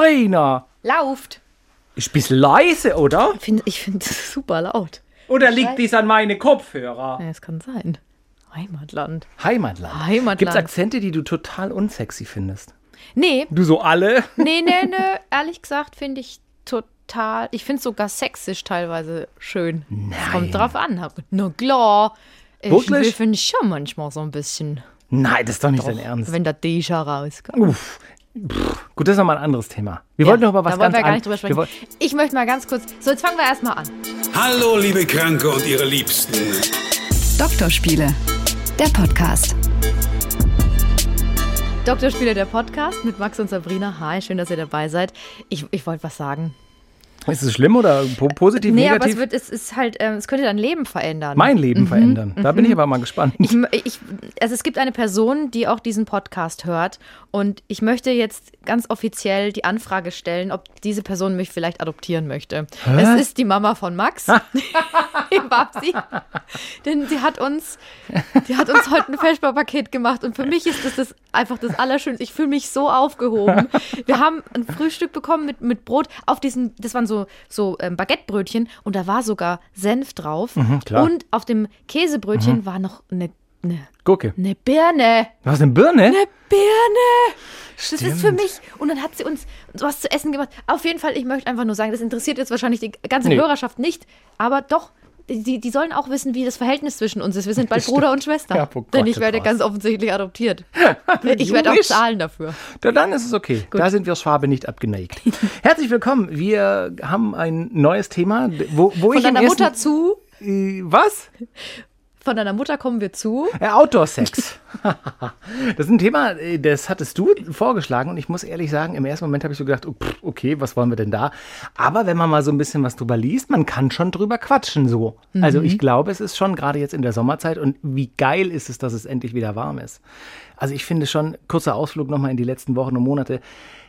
Sabrina, Lauft. ist ein bisschen leise, oder? Find, ich finde es super laut. Oder liegt dies an meine Kopfhörer? Ja, es kann sein. Heimatland. Heimatland. Heimatland. Gibt es Akzente, die du total unsexy findest? Nee, Du so alle? nee, nee, nee. Ehrlich gesagt finde ich total. Ich finde es sogar sexisch teilweise schön. Es Nein. kommt drauf an. hab- Na klar. Ich Wirklich? will, finde ich schon manchmal so ein bisschen. Nein, das ist doch nicht dein Ernst. Wenn der Deja rauskommt. Uff. Pff, gut, das ist nochmal ein anderes Thema. Wir wollten noch über was da ganz wollen wir gar an- nicht drüber wir sprechen. woll- Ich möchte mal ganz kurz. So, jetzt fangen wir erstmal an. Hallo, liebe Kranke und ihre Liebsten. Doktorspiele, der Podcast. Dr. Spiele der Podcast mit Max und Sabrina. Hi, schön, dass ihr dabei seid. Ich, ich wollte was sagen. Ist es schlimm oder po- positiv, Nee, aber es, negativ? wird, es ist halt, ähm, es könnte dein Leben verändern. mein Leben verändern. Da bin ich aber mal gespannt. Mhm. Ich, m- ich, also es gibt eine Person, die auch diesen Podcast hört und ich möchte jetzt ganz offiziell die Anfrage stellen, ob diese Person mich vielleicht adoptieren möchte. Es ist die Mama von Max, die Babsi, denn sie hat uns, die hat uns heute ein Feschbar-Paket gemacht und für mich ist das, das einfach das Allerschönste. Ich fühle mich so aufgehoben. Wir haben ein Frühstück bekommen mit, mit Brot auf diesen, das waren so, so ähm, Baguettebrötchen und da war sogar Senf drauf klar. und auf dem Käsebrötchen war noch eine, eine, Gucke. eine Birne. Du hast eine Birne? Eine Birne! Das Stimmt. ist für mich. Und dann hat sie uns was zu essen gemacht. Auf jeden Fall, ich möchte einfach nur sagen, das interessiert jetzt wahrscheinlich die ganze Nee. Hörerschaft nicht, aber doch. Die, die sollen auch wissen, wie das Verhältnis zwischen uns ist. Wir sind bald Stimmt. Bruder und Schwester. Ja, oh Gott, denn ich werde krass. ganz offensichtlich adoptiert. Ich werde auch Logisch. zahlen dafür. Da, dann ist es okay. Da sind wir Schwabe nicht abgeneigt. Herzlich willkommen. Wir haben ein neues Thema, wo, wo Von ich im deiner ersten, Mutter zu. Äh, was? Von deiner Mutter kommen wir zu. Äh, Outdoor-Sex. das ist ein Thema, äh, das hattest du vorgeschlagen und ich muss ehrlich sagen, im ersten Moment habe ich so gedacht, oh, pff, okay, was wollen wir denn da? Aber wenn man mal so ein bisschen was drüber liest, man kann schon drüber quatschen so. Also ich glaube, es ist schon gerade jetzt in der Sommerzeit und wie geil ist es, dass es endlich wieder warm ist. Also ich finde schon, kurzer Ausflug nochmal in die letzten Wochen und Monate,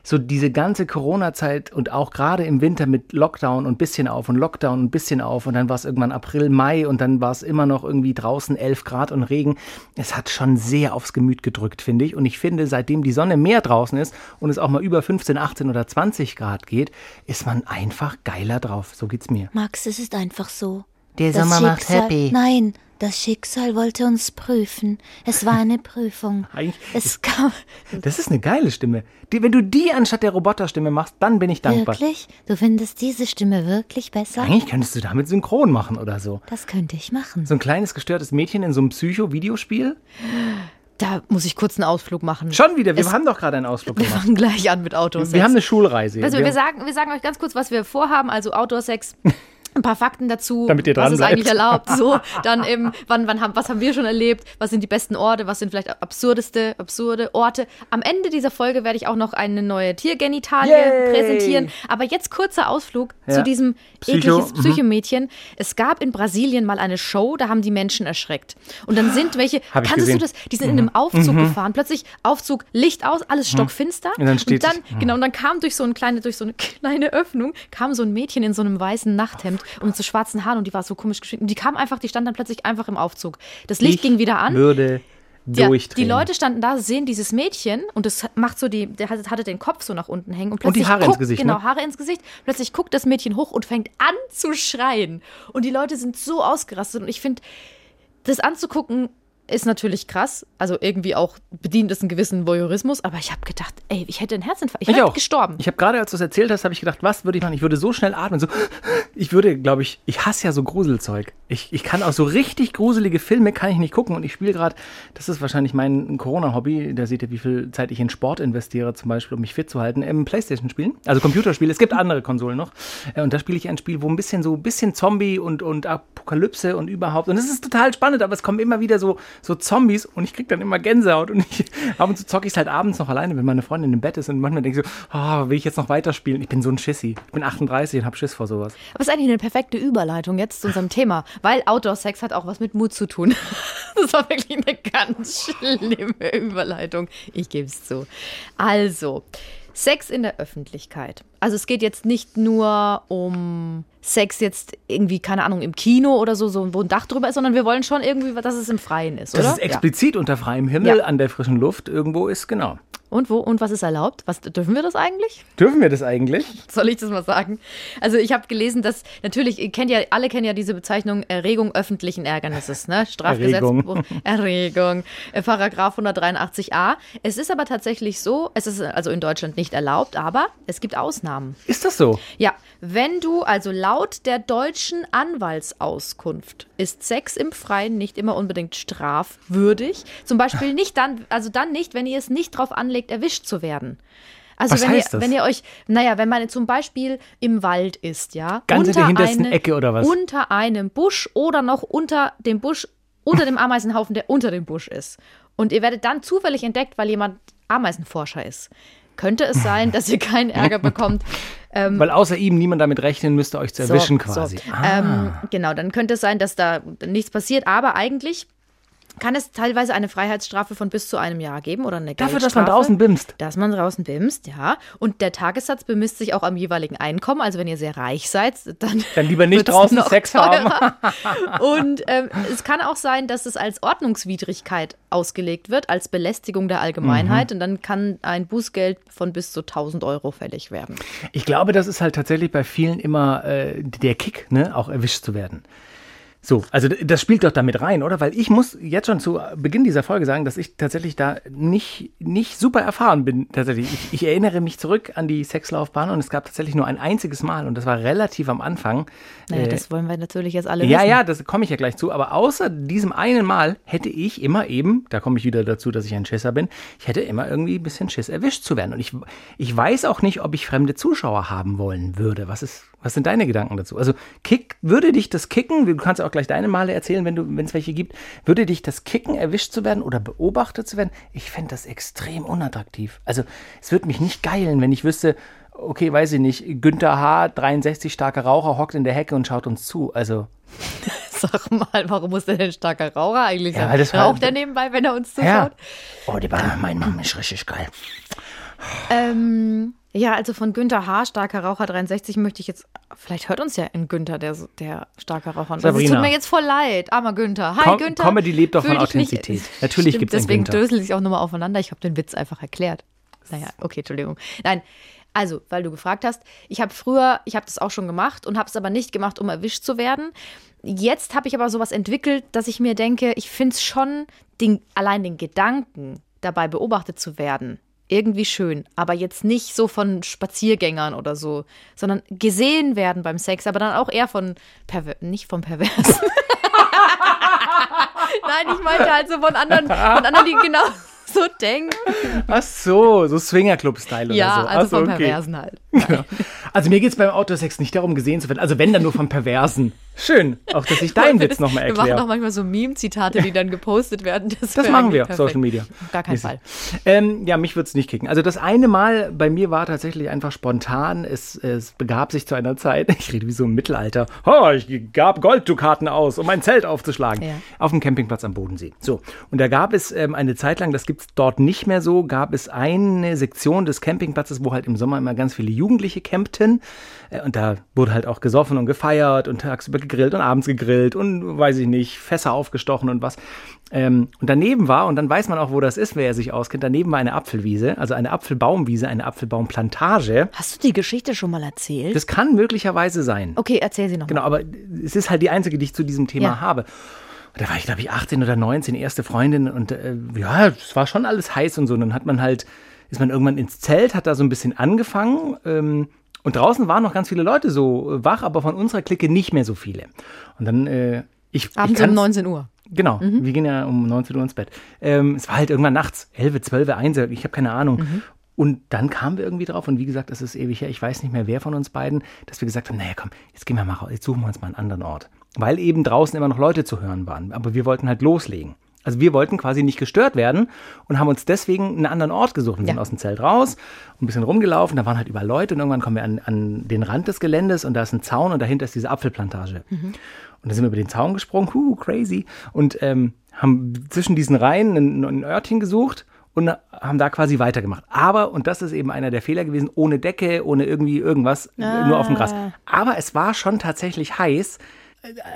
so diese ganze Corona-Zeit und auch gerade im Winter mit Lockdown und bisschen auf und Lockdown und bisschen auf und dann war es irgendwann April, Mai und dann war es immer noch irgendwie draußen 11 Grad und Regen. Es hat schon sehr aufs Gemüt gedrückt, finde ich. Und ich finde, seitdem die Sonne mehr draußen ist und es auch mal über 15, 18 oder 20 Grad geht, ist man einfach geiler drauf. So geht's mir. Max, es ist einfach so. Der Das Sommer macht Schicksal- happy. Nein, das Schicksal wollte uns prüfen. Es war eine Prüfung. Eigentlich- es kam Das ist eine geile Stimme. Die, wenn du die anstatt der Roboterstimme machst, dann bin ich dankbar. wirklich. Du findest diese Stimme wirklich besser? Eigentlich könntest du damit synchron machen oder so. Das könnte ich machen. So ein kleines gestörtes Mädchen in so einem Psycho-Videospiel. Da muss ich kurz einen Ausflug machen. Schon wieder, wir haben doch gerade einen Ausflug Wir gemacht. fangen gleich an mit Autos. Wir haben eine Schulreise. Also wir wir, sagen, wir sagen euch ganz kurz, was wir vorhaben. Also Outdoor-Sex. Ein paar Fakten dazu, Damit ihr was ist dranbleibt. eigentlich erlaubt. So, dann eben, wann, wann haben, was haben wir schon erlebt? Was sind die besten Orte? Was sind vielleicht absurdeste, absurde Orte? Am Ende dieser Folge werde ich auch noch eine neue Tiergenitalie Yay! präsentieren. Aber jetzt kurzer Ausflug Ja. zu diesem Psycho, Mhm. ekliges Psychomädchen. Es gab in Brasilien mal eine Show, da haben die Menschen erschreckt. Und dann sind welche, Hab ich kannst du gesehen. Mhm. das? Die sind in einem Aufzug gefahren. Plötzlich Aufzug, Licht aus, alles stockfinster. Und dann steht und es. Ah. dann Genau, und dann kam durch so eine kleine, durch so eine kleine Öffnung, kam so ein Mädchen in so einem weißen Nachthemd und so schwarzen Haaren und die war so komisch geschminkt. Und die kam einfach, die stand dann plötzlich einfach im Aufzug. Das Licht ging wieder an. würde Ja, die durchdrehen. Leute standen da, sehen dieses Mädchen und das macht so die, der hat- hatte den Kopf so nach unten hängen und Und die plötzlich Haare ins guckt, Gesicht, genau ne? Haare ins Gesicht. Plötzlich guckt das Mädchen hoch und fängt an zu schreien und die Leute sind so ausgerastet und ich finde, das anzugucken ist natürlich krass, also irgendwie auch bedient es einen gewissen Voyeurismus, aber ich habe gedacht, ey, ich hätte einen Herzinfarkt, ich ich wäre auch. gestorben. Ich habe gerade, als du es erzählt hast, habe ich gedacht, was würde ich machen? Ich würde so schnell atmen. So, ich würde, glaube ich, ich hasse ja so Gruselzeug. Ich, ich kann auch so richtig gruselige Filme kann ich nicht gucken. Und ich spiele gerade, das ist wahrscheinlich mein Corona-Hobby. Da seht ihr, wie viel Zeit ich in Sport investiere, zum Beispiel, um mich fit zu halten. Im Playstation spielen, also Computerspiele. Es gibt andere Konsolen noch. Äh, Und da spiele ich ein Spiel, wo ein bisschen so, ein bisschen Zombie und, und Apokalypse und überhaupt. Und es ist total spannend, aber es kommen immer wieder so, so Zombies und ich krieg dann immer Gänsehaut. Und ich, ab und zu zocke ich es halt abends noch alleine, wenn meine Freundin im Bett ist. Und manchmal denke ich so, ah, will ich jetzt noch weiterspielen? Ich bin so ein Schissi. Ich bin 38 und hab Schiss vor sowas. Aber es ist eigentlich eine perfekte Überleitung jetzt zu unserem Thema, weil Outdoor-Sex hat auch was mit Mut zu tun. Das war wirklich eine ganz schlimme Überleitung. Ich gebe es zu. Also, Sex in der Öffentlichkeit. Also es geht jetzt nicht nur um Sex jetzt irgendwie, keine Ahnung, im Kino oder so, so wo ein Dach drüber ist, sondern wir wollen schon irgendwie, dass es im Freien ist, Dass oder? es explizit unter freiem Himmel Ja. an der frischen Luft irgendwo ist, genau. ja. und wo und was ist erlaubt? Was dürfen wir das eigentlich? Dürfen wir das eigentlich? Soll ich das mal sagen? Also ich habe gelesen, dass natürlich ihr kennt ja alle kennen ja diese Bezeichnung Erregung öffentlichen Ärgernisses, ne? Strafgesetzbuch Erregung, äh, Paragraph 183a. Es ist aber tatsächlich so, es ist also in Deutschland nicht erlaubt, aber es gibt Ausnahmen. Ist das so? Ja, wenn du also laut der deutschen Anwaltsauskunft ist Sex im Freien nicht immer unbedingt strafwürdig. Zum Beispiel nicht dann, also dann nicht, wenn ihr es nicht drauf anlegt, erwischt zu werden. Also Was wenn, heißt ihr, das? wenn ihr euch, naja, wenn man zum Beispiel im Wald ist, ja, Ganz in der hintersten eine- Ecke oder was? Unter einem Busch oder noch unter dem Busch, unter dem Ameisenhaufen, der unter dem Busch ist. Und ihr werdet dann zufällig entdeckt, weil jemand Ameisenforscher ist. Könnte es sein, dass ihr keinen Ärger bekommt, Weil außer ihm niemand damit rechnen müsste, euch zu so, erwischen quasi. So. Ah, Ähm, genau, dann könnte es sein, dass da nichts passiert, aber eigentlich kann es teilweise eine Freiheitsstrafe von bis zu einem Jahr geben oder eine Dafür, dass man Geldstrafe. draußen bimst. Dass man draußen bimst, ja. Und der Tagessatz bemisst sich auch am jeweiligen Einkommen. Also wenn ihr sehr reich seid, dann, Dann lieber nicht wird's draußen noch Sex teurer. Und ähm, es kann auch sein, dass es als Ordnungswidrigkeit ausgelegt wird, als Belästigung der Allgemeinheit. Mhm. Und dann kann ein Bußgeld von bis zu 1000 Euro fällig werden. Ich glaube, das ist halt tatsächlich bei vielen immer äh, der Kick, ne? auch erwischt zu werden. So, also d- das spielt doch damit rein, oder? Weil ich muss jetzt schon zu Beginn dieser Folge sagen, dass ich tatsächlich da nicht, nicht super erfahren bin. Tatsächlich, ich, ich erinnere mich zurück an die Sexlaufbahn und es gab tatsächlich nur ein einziges Mal und das war relativ am Anfang. Naja, Äh, das wollen wir natürlich jetzt alle Ja, wissen. ja, das komme ich ja gleich zu. Aber außer diesem einen Mal hätte ich immer eben, da komme ich wieder dazu, dass ich ein Schisser bin, ich hätte immer irgendwie ein bisschen Schiss erwischt zu werden. Und ich, ich weiß auch nicht, ob ich fremde Zuschauer haben wollen würde. Was, ist, was sind deine Gedanken dazu? Also Kick, würde dich das Kicken, du kannst auch gleich deine Male erzählen, wenn du, wenn es welche gibt, würde dich das Kicken erwischt zu werden oder beobachtet zu werden? Ich fände das extrem unattraktiv. Also es würde mich nicht geilen, wenn ich wüsste, okay, weiß ich nicht, Günther H., 63 starker Raucher, hockt in der Hecke und schaut uns zu. Also Sag mal, warum muss denn ein starker Raucher eigentlich Ja, sein? weil das war- halt Raucht er nebenbei, wenn er uns zuschaut? Ja. Oh, die Banane, mein Mann ist richtig geil. Ähm, ja, also von Günther H., starker Raucher 63, möchte ich jetzt. Vielleicht hört uns ja ein Günther, der, so- der starker Raucher. Also, es Sabrina. tut mir jetzt voll leid. Armer Günther. Hi, Com- Günther. Comedy lebt doch von Fühl dich nicht- Authentizität. Natürlich Stimmt, gibt's einen Deswegen Günther. dösel ich auch nochmal aufeinander. Ich habe den Witz einfach erklärt. Naja, okay, Entschuldigung. Nein. Also, weil du gefragt hast, ich habe früher, ich habe das auch schon gemacht und habe es aber nicht gemacht, um erwischt zu werden. Jetzt habe ich aber sowas entwickelt, dass ich mir denke, ich finde es schon, den, allein den Gedanken, dabei beobachtet zu werden, irgendwie schön, aber jetzt nicht so von Spaziergängern oder so, sondern gesehen werden beim Sex, aber dann auch eher von Perver nicht von Perversen. Nein, ich meinte also von anderen, von anderen, die genau so denken. Ach so, so Swingerclub-Style Ja, oder so. Also, Ach also so, von okay. Perversen halt. Ja. Also mir geht es beim Autosex nicht darum, gesehen zu werden. Also wenn, dann nur vom Perversen. Schön, auch dass ich deinen Witz nochmal Wir machen erkläre. auch manchmal so Meme-Zitate, die dann gepostet werden. Das, Das wär machen eigentlich wir, perfekt. Social Media. Gar kein Mäßig. Fall. Ähm, ja, mich würde es nicht kicken. Also das eine Mal bei mir war tatsächlich einfach spontan. Es, es begab sich zu einer Zeit, ich rede wie so im Mittelalter, oh, ich gab Golddukaten aus, um mein Zelt aufzuschlagen. Ja. Auf dem Campingplatz am Bodensee. So, und da gab es ähm, eine Zeit lang, das gibt es dort nicht mehr so, gab es eine Sektion des Campingplatzes, wo halt im Sommer immer ganz viele Jugendliche campten. Äh, und da wurde halt auch gesoffen und gefeiert und tagsüber gegrillt und abends gegrillt und weiß ich nicht, Fässer aufgestochen und was. Ähm, und daneben war, und dann weiß man auch, wo das ist, wer sich auskennt, daneben war eine Apfelwiese, also eine Apfelbaumwiese, eine Apfelbaumplantage. Hast du die Geschichte schon mal erzählt? Das kann möglicherweise sein. okay, erzähl sie noch. Genau, aber es ist halt die einzige, die ich zu diesem Thema Ja. habe. Und Da war ich, glaube ich, 18 oder 19, erste Freundin und äh, ja, es war schon alles heiß und so. Und dann hat man halt, ist man irgendwann ins Zelt, hat da so ein bisschen angefangen ähm, und draußen waren noch ganz viele Leute so äh, wach, aber von unserer Clique nicht mehr so viele. Und dann, äh, ich, ich Abends um kann's- 19 Uhr. Genau, wir gehen ja um 19 Uhr ins Bett. Ähm, es war halt irgendwann nachts, 11, 12, 1, ich habe keine Ahnung. Und dann kamen wir irgendwie drauf und wie gesagt, das ist ewig her, ich weiß nicht mehr, wer von uns beiden, dass wir gesagt haben, naja komm, jetzt gehen wir mal raus, jetzt suchen wir uns mal einen anderen Ort. Weil eben draußen immer noch Leute zu hören waren, aber wir wollten halt loslegen. Also wir wollten quasi nicht gestört werden und haben uns deswegen einen anderen Ort gesucht. Wir sind Ja. aus dem Zelt raus, ein bisschen rumgelaufen, da waren halt überall Leute und irgendwann kommen wir an, an den Rand des Geländes und da ist ein Zaun und dahinter ist diese Apfelplantage. Und dann sind wir über den Zaun gesprungen, huh, crazy. Und ähm, haben zwischen diesen Reihen ein, ein Örtchen gesucht und haben da quasi weitergemacht. Aber, und das ist eben einer der Fehler gewesen, ohne Decke, ohne irgendwie irgendwas, nur auf dem Gras. Aber es war schon tatsächlich heiß.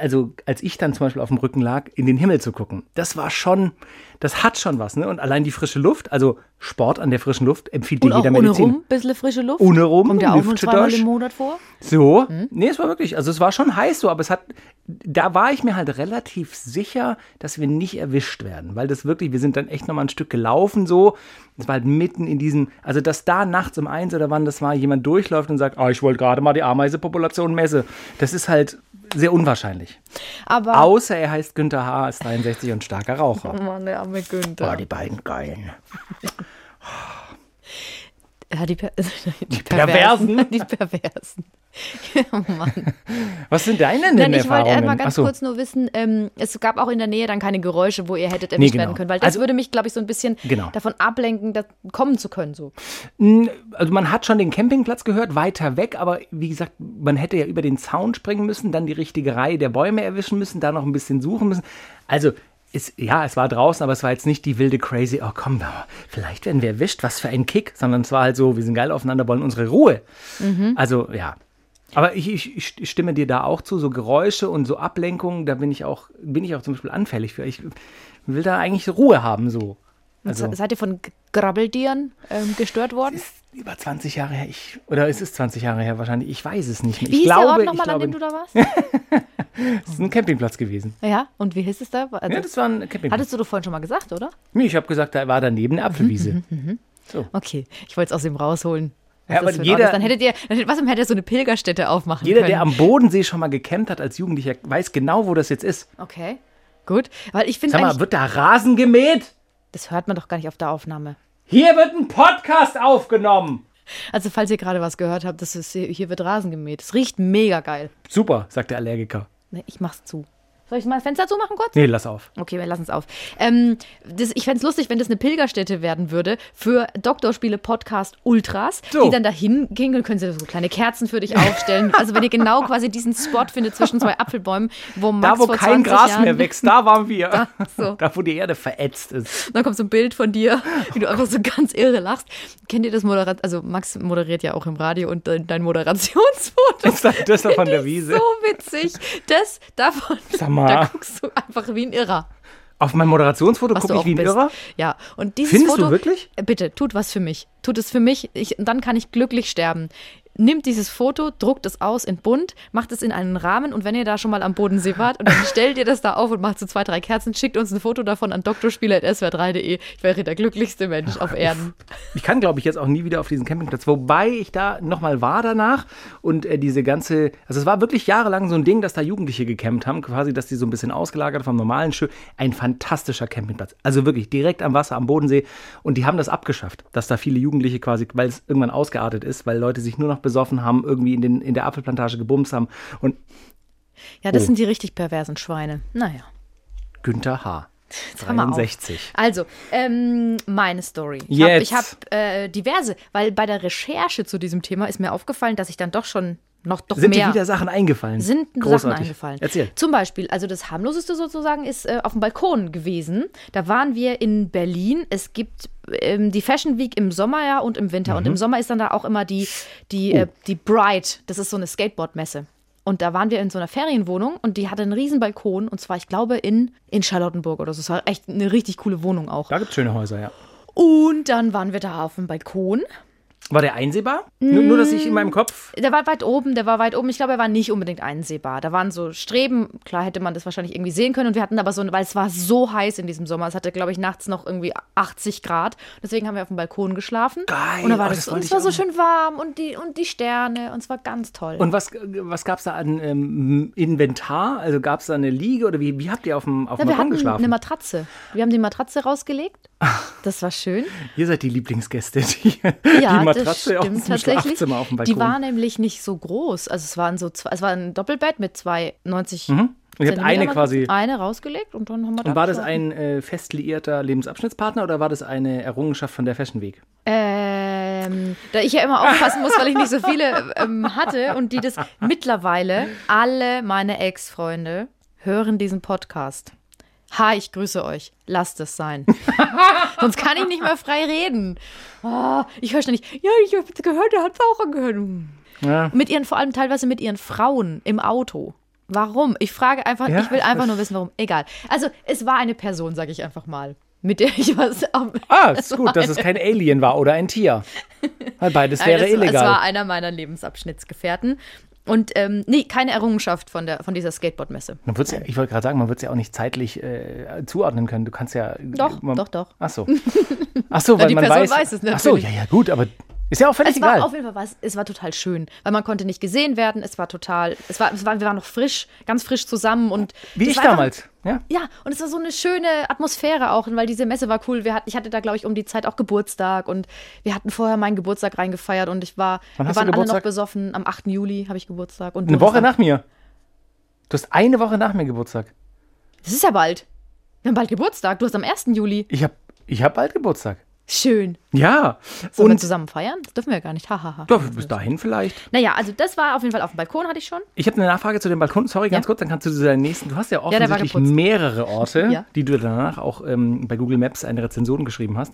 Also, als ich dann zum Beispiel auf dem Rücken lag, in den Himmel zu gucken, das war schon, das hat schon was, ne? Und allein die frische Luft, also Sport an der frischen Luft empfiehlt Und dir auch jeder ohne Medizin. rum, bisschen Um, frische Luft. Ohne rum, Kommt ja auch nur Lüfte zweimal durch. im Monat Hm? vor. So, nee, es war wirklich, also es war schon heiß so, aber es hat, da war ich mir halt relativ sicher, dass wir nicht erwischt werden, weil das wirklich, wir sind dann echt nochmal ein Stück gelaufen so, es war halt mitten in diesen, also dass da nachts um eins oder wann das war, jemand durchläuft und sagt, ah, ich wollte gerade mal die Ameisepopulation messe, das ist halt sehr unwahrscheinlich. Aber. Außer er heißt Günther H., ist 63 und starker Raucher. Oh Mann, der arme Günther. Boah, die beiden Geilen. Ja, die, per die, Perversen. Die Perversen. oh Mann. Was sind deine denn Nein, ich Erfahrungen? wollte einmal ganz Ach so. kurz nur wissen, ähm, es gab auch in der Nähe dann keine Geräusche, wo ihr hättet erwischt genau. werden können, weil das Also- würde mich, glaube ich, so ein bisschen Genau. davon ablenken, da kommen zu können. So. also man hat schon den Campingplatz gehört, weiter weg, aber wie gesagt, man hätte ja über den Zaun springen müssen, dann die richtige Reihe der Bäume erwischen müssen, da noch ein bisschen suchen müssen. Also es, ja, es war draußen, aber es war jetzt nicht die wilde Crazy, oh komm, vielleicht werden wir erwischt, was für ein Kick, sondern es war halt so, wir sind geil aufeinander, wollen unsere Ruhe. Also ja. Aber ich, ich, ich stimme dir da auch zu, so Geräusche und so Ablenkungen, da bin ich auch, bin ich auch zum Beispiel anfällig für. Ich will da eigentlich Ruhe haben, so. Also- Seid ihr von G- Grabbeldieren ähm, gestört worden? über 20 Jahre her, ich, oder es ist 20 Jahre her wahrscheinlich, ich weiß es nicht mehr. Wie ich hieß glaube, der Ort ich nochmal, an glaube, dem du da warst? es ist ein Campingplatz gewesen. ja, und wie hieß es da? Also, Ja, das war ein Campingplatz. hattest du doch vorhin schon mal gesagt, oder? nee, ich habe gesagt, da war daneben eine Mhm, Apfelwiese. Okay, ich wollte es aus ihm rausholen. Ja, Was das aber für ein jeder- Ort ist. dann hättet ihr, dann hättet, was hättet ihr so eine Pilgerstätte aufmachen Jeder, können? der am Bodensee schon mal gecampt hat als Jugendlicher, weiß genau, wo das jetzt ist. okay, gut. Weil ich finde Sag eigentlich, mal, wird da Rasen gemäht? das hört man doch gar nicht auf der Aufnahme. Hier wird ein Podcast aufgenommen. Also falls ihr gerade was gehört habt, das ist, hier hier wird Rasen gemäht. Es riecht mega geil. Super, sagt der Allergiker. Ne, ich mach's zu. Soll ich mal das Fenster zumachen kurz? Nee, lass auf. Okay, wir lassen es auf. Ähm, das, ich fände es lustig, wenn das eine Pilgerstätte werden würde für Doktorspiele Podcast Ultras, So. die dann dahin gehen und können sie so kleine Kerzen für dich aufstellen. also wenn ihr genau quasi diesen Spot findet zwischen zwei Apfelbäumen, wo Max Da, wo vor kein 20 Gras Jahren, mehr wächst, da waren wir. Da, so. wo die Erde verätzt ist. Dann kommt so ein Bild von dir, wie du einfach so ganz irre lachst. Kennt ihr das Moderat? Also Max moderiert ja auch im Radio und dein, dein Moderationsfoto. Das ist doch- das ist doch von der Wiese. So witzig. Das davon. Sag mal. Da guckst du einfach wie ein Irrer. Auf mein Moderationsfoto Was du gucke ich auch wie ein bist. Irrer. Ja. Und dieses Findest du Foto, wirklich? Äh, Bitte, tut was für mich. Tut es für mich. Ich, dann kann ich glücklich sterben. Nimmt dieses Foto, druckt es aus in bunt, macht es in einen Rahmen und wenn ihr da schon mal am Bodensee wart, und dann stellt ihr das da auf und macht so zwei, drei Kerzen, schickt uns ein Foto davon an drspieler.swr3.de. Ich wäre der glücklichste Mensch auf Erden. Ich kann, glaube ich, jetzt auch nie wieder auf diesen Campingplatz. Wobei ich da nochmal war danach und äh, diese ganze, also es war wirklich jahrelang so ein Ding, dass da Jugendliche gecampt haben, quasi, dass die so ein bisschen ausgelagert vom normalen Schö. Ein fantastischer Campingplatz. Also wirklich direkt am Wasser, am Bodensee. Und die haben das abgeschafft, dass da viele Jugendliche quasi, weil es irgendwann ausgeartet ist, weil Leute sich nur noch besoffen haben, irgendwie in, den, in der Apfelplantage gebumst haben. Und Ja, das Oh. sind die richtig perversen Schweine. Naja. Günther H. hör mal auf. 63. Also, ähm, meine Story. Ich Jetzt. Hab, ich habe äh, diverse, weil bei der Recherche zu diesem Thema ist mir aufgefallen, dass ich dann doch schon noch doch Sind mehr dir wieder Sachen eingefallen? sind Sachen Großartig. eingefallen. Erzähl. Zum Beispiel, also das harmloseste sozusagen ist äh, auf dem Balkon gewesen. Da waren wir in Berlin. Es gibt ähm, die Fashion Week im Sommer ja und im Winter. Und Mhm. im Sommer ist dann da auch immer die, die, Oh. äh, die Bride. Das ist so eine Skateboardmesse. Und da waren wir in so einer Ferienwohnung und die hatte einen riesen Balkon und zwar, ich glaube, in, in Charlottenburg oder so. Es war echt eine richtig coole Wohnung auch. Da gibt es schöne Häuser, ja. Und dann waren wir da auf dem Balkon War der einsehbar? Nur, nur, dass ich in Mm. meinem Kopf Der war weit oben, der war weit oben. Ich glaube, er war nicht unbedingt einsehbar. Da waren so Streben, klar hätte man das wahrscheinlich irgendwie sehen können. Und wir hatten aber so, eine- weil es war so heiß in diesem Sommer. Es hatte, glaube ich, nachts noch irgendwie 80 Grad. Deswegen haben wir auf dem Balkon geschlafen. Geil. Und da war Oh, das, das und wollte es war ich so auch. schön warm und die, und die Sterne. Und es war ganz toll. Und was, was gab es da an ähm, Inventar? Also gab es da eine Liege oder wie, wie habt ihr auf dem, auf ja, dem wir Balkon hatten eine geschlafen? Matratze. Wir haben die Matratze rausgelegt. Das war schön. ihr seid die Lieblingsgäste, die, Ja, die das Matratze aus stimmt dem tatsächlich. Schlafzimmer auf dem Balkon. Die war nämlich nicht so groß. Also es waren so zwei, es war ein Doppelbett mit zwei 90 Mhm. Und ihr habt Zentimeter eine Matratzen. quasi- eine rausgelegt und dann haben wir da und war das ein geschlafen. äh, fest liierter Lebensabschnittspartner oder war das eine Errungenschaft von der Fashion Week? Ähm, da ich ja immer aufpassen muss, weil ich nicht so viele ähm, hatte und die das mittlerweile, alle meine Ex-Freunde hören diesen Podcast. Ha, ich grüße euch. Lasst es sein. Sonst kann ich nicht mehr frei reden. Oh, ich höre ständig, ja, ich habe gehört, der hat auch angehört. Hm. Ja. Mit ihren, vor allem teilweise mit ihren Frauen im Auto. Warum? Ich frage einfach, Ja, ich will einfach das- nur wissen, warum. Egal. Also, es war eine Person, sage ich einfach mal. mit der ich was am. Ah, ist gut, dass es kein Alien war oder ein Tier. Weil beides wäre das, Es war illegal. einer meiner Lebensabschnittsgefährten. Und ähm, nee, keine Errungenschaft von, der, von dieser Skateboardmesse. Man wird's ja, ich wollte gerade sagen, man wird es ja auch nicht zeitlich äh, zuordnen können. Du kannst ja. Doch, man, doch, doch. Ach so. Ach so, weil die man Person weiß. weiß es Ach so, natürlich. ja, ja, gut, aber ist ja auch völlig Es egal. war auf jeden Fall was, es war total schön, weil man konnte nicht gesehen werden. Es war total, es war, es war wir waren noch frisch, ganz frisch zusammen und Wie es ich war einfach- damals. Ja. Ja, und es war so eine schöne Atmosphäre auch, weil diese Messe war cool. Wir hatten, ich hatte da, glaube ich, um die Zeit auch Geburtstag und wir hatten vorher meinen Geburtstag reingefeiert und ich war, Wann wir hast du waren alle noch Geburtstag? besoffen. Am 8. Juli habe ich Geburtstag. Und Eine du Woche hast- nach mir. Du hast eine Woche nach mir Geburtstag. Das ist ja bald. Wir haben bald Geburtstag. Du hast am 1. Juli. Ich habe ich hab bald Geburtstag. Schön. Ja. Sollen wir Und zusammen feiern? Das dürfen wir ja gar nicht. Hahaha. doch, bis dahin vielleicht. naja, also das war auf jeden Fall auf dem Balkon, hatte ich schon. Ich habe eine Nachfrage zu dem Balkon. Sorry, ganz Ja. kurz, dann kannst du zu deinem nächsten. Du hast ja der war offensichtlich geputzt. mehrere Orte, Ja. die du danach auch ähm, bei Google Maps eine Rezension geschrieben hast.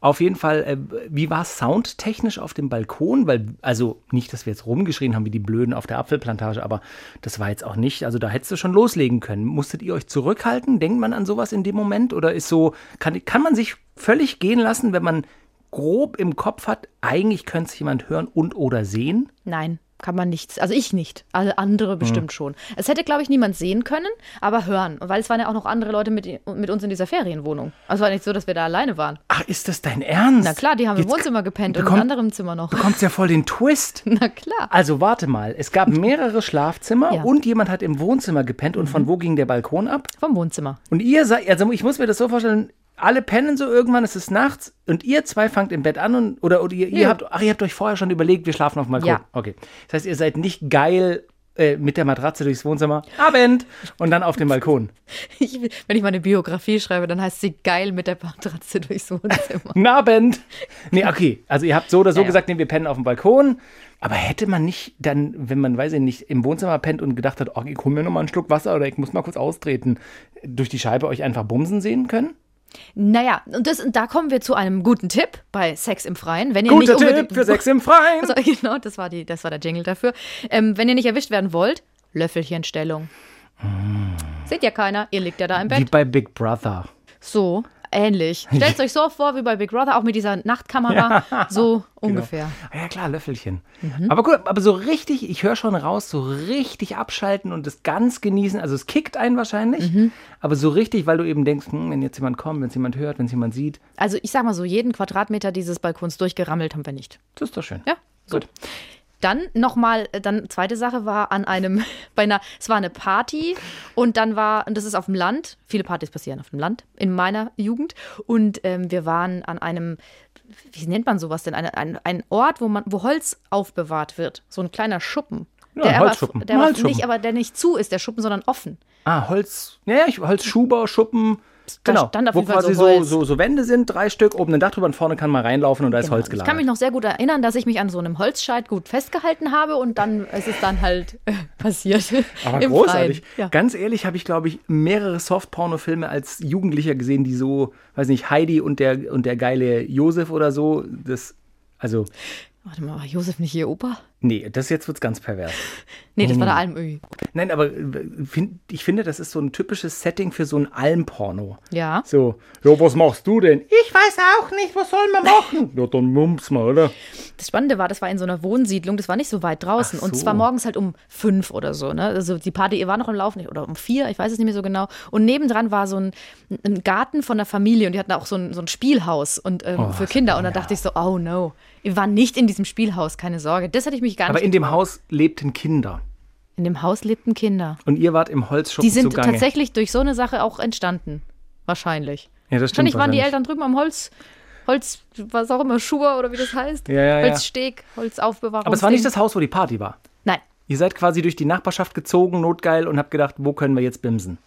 Auf jeden Fall, äh, wie war es soundtechnisch auf dem Balkon? Weil, also nicht, dass wir jetzt rumgeschrien haben wie die Blöden auf der Apfelplantage, aber das war jetzt auch nicht. Also da hättest du schon loslegen können. Musstet ihr euch zurückhalten? Denkt man an sowas in dem Moment? Oder ist so, kann, kann man sich völlig gehen lassen, wenn man grob im Kopf hat, eigentlich könnte es jemand hören und oder sehen? Nein, kann man nichts. Also ich nicht. Alle andere bestimmt schon. Es hätte, glaube ich, niemand sehen können, aber hören. Weil es waren ja auch noch andere Leute mit, mit uns in dieser Ferienwohnung. Also es war nicht so, dass wir da alleine waren. Ach, ist das dein Ernst? Na klar, die haben im Jetzt Wohnzimmer gepennt und im bekommt- anderen Zimmer noch. bekommst ja voll den Twist. Na klar. Also warte mal, es gab mehrere Schlafzimmer Ja. und jemand hat im Wohnzimmer gepennt und von wo ging der Balkon ab? Vom Wohnzimmer. Und ihr seid, also ich muss mir das so vorstellen, alle pennen so irgendwann, es ist nachts und ihr zwei fangt im Bett an und oder, oder ihr, ihr Ja. habt, ach, ihr habt euch vorher schon überlegt, wir schlafen auf dem Balkon. Ja. Okay. Das heißt, ihr seid nicht geil äh, mit der Matratze durchs Wohnzimmer, Abend und dann auf den Balkon. Ich, wenn ich meine Biografie schreibe, dann heißt sie geil mit der Matratze durchs Wohnzimmer. Guten Abend. Nee, okay. Also ihr habt so oder so Ja, ja. gesagt, nee, wir pennen auf dem Balkon. Aber hätte man nicht dann, wenn man, weiß ich nicht, im Wohnzimmer pennt und gedacht hat, oh, ich hol mir noch mal einen Schluck Wasser oder ich muss mal kurz austreten, durch die Scheibe euch einfach bumsen sehen können? naja, und, das, und da kommen wir zu einem guten Tipp bei Sex im Freien. Wenn ihr nicht Guter unbedingt- Tipp für Sex im Freien. So, genau, das war, die, das war der Jingle dafür. Ähm, wenn ihr nicht erwischt werden wollt, Löffelchenstellung. Seht ja keiner, ihr liegt ja da im Wie Bett. bei Big Brother. So, ähnlich. Stellt euch so vor wie bei Big Brother, auch mit dieser Nachtkamera. so ungefähr. Ah Ja klar, Löffelchen. Mhm. Aber gut, aber so richtig, ich höre schon raus, so richtig abschalten und das ganz genießen. Also es kickt einen wahrscheinlich, Mhm. aber so richtig, weil du eben denkst, hm, wenn jetzt jemand kommt, wenn es jemand hört, wenn es jemand sieht, Also ich sag mal so, jeden Quadratmeter dieses Balkons durchgerammelt haben wir nicht. das ist doch schön. Ja, so. Gut. Dann nochmal, äh, dann zweite Sache war an einem, bei einer, es war eine Party und dann war, und das ist auf dem Land, viele Partys passieren auf dem Land, in meiner Jugend. Und ähm, wir waren an einem, wie nennt man sowas denn, ein, ein, ein Ort, wo man, wo Holz aufbewahrt wird. So ein kleiner Schuppen. Ja, ein der aber, Holzschuppen. der Ein aber Holzschuppen. nicht, aber der nicht zu ist, der Schuppen, sondern offen. Ah, Holz. Ja, ja, ich, Holzschuber, Schuppen. Da Genau. stand auf wo jeden Fall quasi so so, Holz. so, so Wände sind, drei Stück, oben ein Dach drüber und vorne kann man reinlaufen und da ist Holz Genau, Ich gelagert. kann mich noch sehr gut erinnern, dass ich mich an so einem Holzscheit gut festgehalten habe und dann es ist dann halt äh, passiert. aber Im großartig. Freien. Ja. Ganz ehrlich habe ich, glaube ich, mehrere Soft-Porno-Filme als Jugendlicher gesehen, die so, weiß nicht, Heidi und der, und der geile Josef oder so. Das, also, Warte mal, war Josef nicht ihr Opa? nee, das jetzt wird's ganz pervers. Nee, das war der Hm. Almöhi. Nein, aber äh, find, ich finde, das ist so ein typisches Setting für so ein Almporno. Ja. So, ja, was machst du denn? Ich weiß auch nicht, was soll man machen? ja, dann mumps mal, oder? Das Spannende war, das war in so einer Wohnsiedlung, das war nicht so weit draußen. Ach so. Und zwar morgens halt um fünf oder so. Ne? Also die Party ihr war noch im Lauf nicht, oder um vier, ich weiß es nicht mehr so genau. Und nebendran war so ein, ein Garten von der Familie und die hatten auch so ein, so ein Spielhaus und ähm, Oh, für Kinder. Und da dachte ich so, oh no, wir waren nicht in diesem Spielhaus, keine Sorge. Das hätte ich mich gar Aber nicht. in dem Haus lebten Kinder. in dem Haus lebten Kinder. Und ihr wart im Holzschuppen Die sind zugange. tatsächlich durch so eine Sache auch entstanden. Wahrscheinlich. Ja, das stimmt Wahrscheinlich waren die wahrscheinlich. Eltern drüben am Holz, Holz, was auch immer, Schuhe oder wie das heißt. Ja, ja, ja. Holzsteg, Holzaufbewahrung. Aber es war nicht das Haus, wo die Party war. Nein, Ihr seid quasi durch die Nachbarschaft gezogen, notgeil, und habt gedacht, wo können wir jetzt bimsen?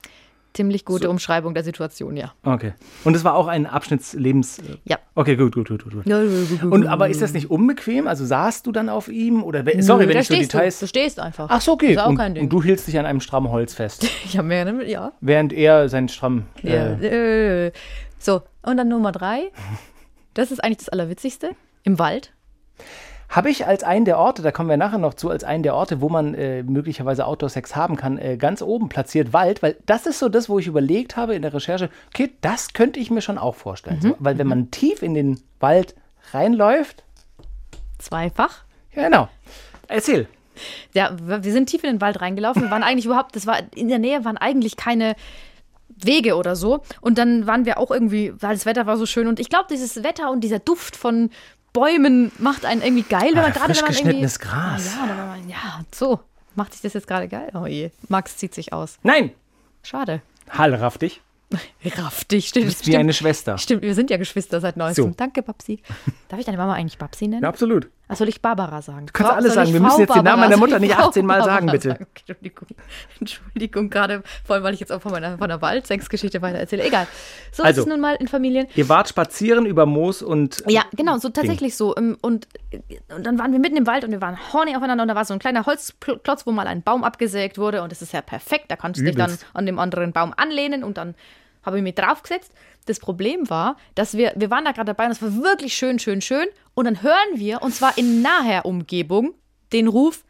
ziemlich gute Umschreibung der Situation, ja. Okay. Und es war auch ein Abschnittslebens. äh, Ja. Okay, gut, gut, gut, gut. gut. Und aber ist das nicht unbequem? Also saßt du dann auf ihm? Oder we- sorry, Nö, wenn da ich so stehst Details. Du, du stehst einfach. Ach so, okay. Ist auch und, kein Ding. und du hielst dich an einem strammen Holz fest, ja, mehr, ne? ja. während er seinen strammen. ja. Äh, Äh. So, und dann Nummer drei. Das ist eigentlich das Allerwitzigste. Im Wald. Habe ich als einen der Orte, da kommen wir nachher noch zu, als einen der Orte, wo man äh, möglicherweise Outdoor-Sex haben kann, äh, ganz oben platziert Wald, weil das ist so das, wo ich überlegt habe in der Recherche, okay, das könnte ich mir schon auch vorstellen. So, weil wenn man tief in den Wald reinläuft, Zweifach. ja, genau. Erzähl. Ja, w- wir sind tief in den Wald reingelaufen. Wir waren eigentlich überhaupt, das war in der Nähe waren eigentlich keine Wege oder so. Und dann waren wir auch irgendwie, weil das Wetter war so schön. Und ich glaube, dieses Wetter und dieser Duft von Bäumen macht einen irgendwie geil, wenn Ah, man gerade frisch wenn man geschnittenes irgendwie, Gras. Ja, dann war man, ja, so macht sich das jetzt gerade geil. Oh je, Max zieht sich aus. Nein, Schade. Hallraff dich. Raff dich, stimmt. Du bist wie stimmt. eine Schwester. Stimmt, wir sind ja Geschwister seit neuestem. So. Danke, Babsi. Darf ich deine Mama eigentlich Babsi nennen? Ja, absolut. Was soll ich Barbara sagen? Du kannst alles sagen. Wir müssen jetzt den Namen meiner Mutter nicht 18 Mal sagen, bitte. Entschuldigung, Entschuldigung gerade vor allem, weil ich jetzt auch von meiner von der Waldsex-Geschichte weiter erzähle. Egal. So Also. ist es nun mal in Familien. Ihr wart spazieren über Moos und. Ja, genau, so tatsächlich so. Ähm, Und, und dann waren wir mitten im Wald und wir waren horny aufeinander und da war so ein kleiner Holzklotz, wo mal ein Baum abgesägt wurde und das ist ja perfekt. Da kannst du dich dann Übelst. an dem anderen Baum anlehnen und dann habe ich mich draufgesetzt. Das Problem war, dass wir, wir waren da gerade dabei und es war wirklich schön, schön, schön. Und dann hören wir, und zwar in naher Umgebung, den Ruf,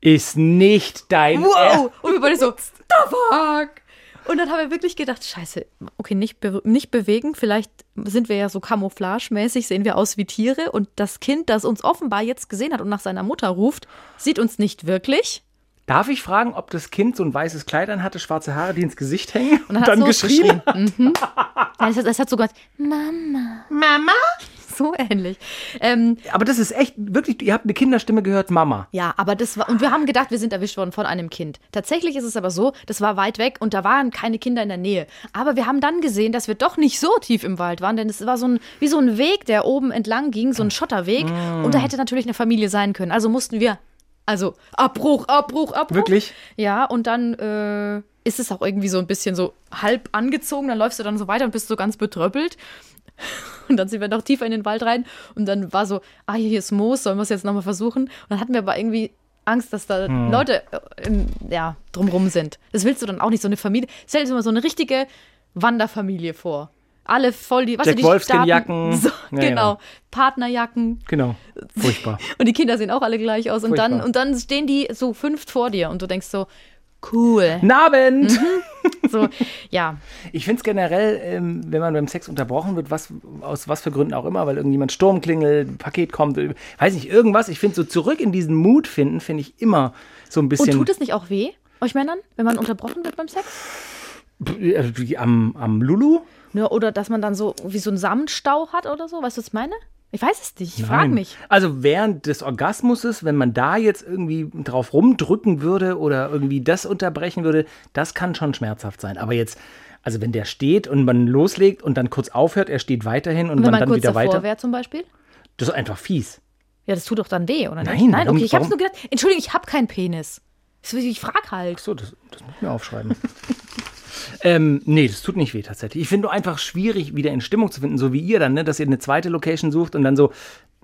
Ist nicht dein. wow! Und wir beide so, the fuck? Und dann haben wir wirklich gedacht, scheiße, okay, nicht, be nicht bewegen, vielleicht sind wir ja so camouflagemäßig, sehen wir aus wie Tiere und das Kind, das uns offenbar jetzt gesehen hat und nach seiner Mutter ruft, sieht uns nicht wirklich. Darf ich fragen, ob das Kind so ein weißes Kleid anhatte, schwarze Haare, die ins Gesicht hängen und, dann hat's dann so geschrien? Nein, es hat, es hat sogar Mama. so ähnlich. Ähm, Aber das ist echt, wirklich, ihr habt eine Kinderstimme gehört, Mama. ja, aber das war, und wir haben gedacht, wir sind erwischt worden von einem Kind. Tatsächlich ist es aber so, das war weit weg und da waren keine Kinder in der Nähe. Aber wir haben dann gesehen, dass wir doch nicht so tief im Wald waren, denn es war so ein, wie so ein Weg, der oben entlang ging, so ein Schotterweg. Und da hätte natürlich eine Familie sein können. Also mussten wir, also Abbruch, Abbruch, Abbruch. Wirklich? Ja, und dann äh, ist es auch irgendwie so ein bisschen so halb angezogen, dann läufst du dann so weiter und bist so ganz betröppelt. Und dann sind wir noch tiefer in den Wald rein und dann war so, ah, hier ist Moos, sollen wir es jetzt nochmal versuchen? Und dann hatten wir aber irgendwie Angst, dass da Hm. Leute äh, im, ja, drumrum sind. Das willst du dann auch nicht, so eine Familie. Stell dir mal so eine richtige Wanderfamilie vor. Alle voll die, was Jack die Wolfskin-Jacken. Staaten- So, Ja, genau. genau. Partnerjacken. Genau. Furchtbar. Und die Kinder sehen auch alle gleich aus. Und dann, Furchtbar. und dann stehen die so fünf vor dir und du denkst so, cool. Guten Abend! Mhm. So, ja. Ich finde es generell, ähm, wenn man beim Sex unterbrochen wird, was, aus was für Gründen auch immer, weil irgendjemand Sturm klingelt, ein Paket kommt, äh, weiß nicht, irgendwas. Ich finde, so zurück in diesen Mut finden, finde ich immer so ein Und bisschen. tut es nicht auch weh, euch Männern, wenn man unterbrochen wird beim Sex? äh, wie am, am Lulu? Ja, Ne, oder dass man dann so wie so einen Samenstau hat oder so? Weißt du, was ich meine? Ich weiß es nicht. Ich frage Nein. mich. Also während des Orgasmuses, wenn man da jetzt irgendwie drauf rumdrücken würde oder irgendwie das unterbrechen würde, das kann schon schmerzhaft sein. Aber jetzt, also wenn der steht und man loslegt und dann kurz aufhört, er steht weiterhin und Wenn man man dann kurz wieder davor weiter. wäre zum Beispiel. Das ist einfach fies. Ja, das tut doch dann weh, oder nicht? Nein, Nein, warum- okay, ich hab's warum- nur gedacht. Entschuldigung, ich hab keinen Penis. Ich frag halt. So, das, das muss ich mir aufschreiben. ähm, nee, das tut nicht weh tatsächlich. Ich finde nur einfach schwierig, wieder in Stimmung zu finden, so wie ihr dann, ne? dass ihr eine zweite Location sucht und dann so,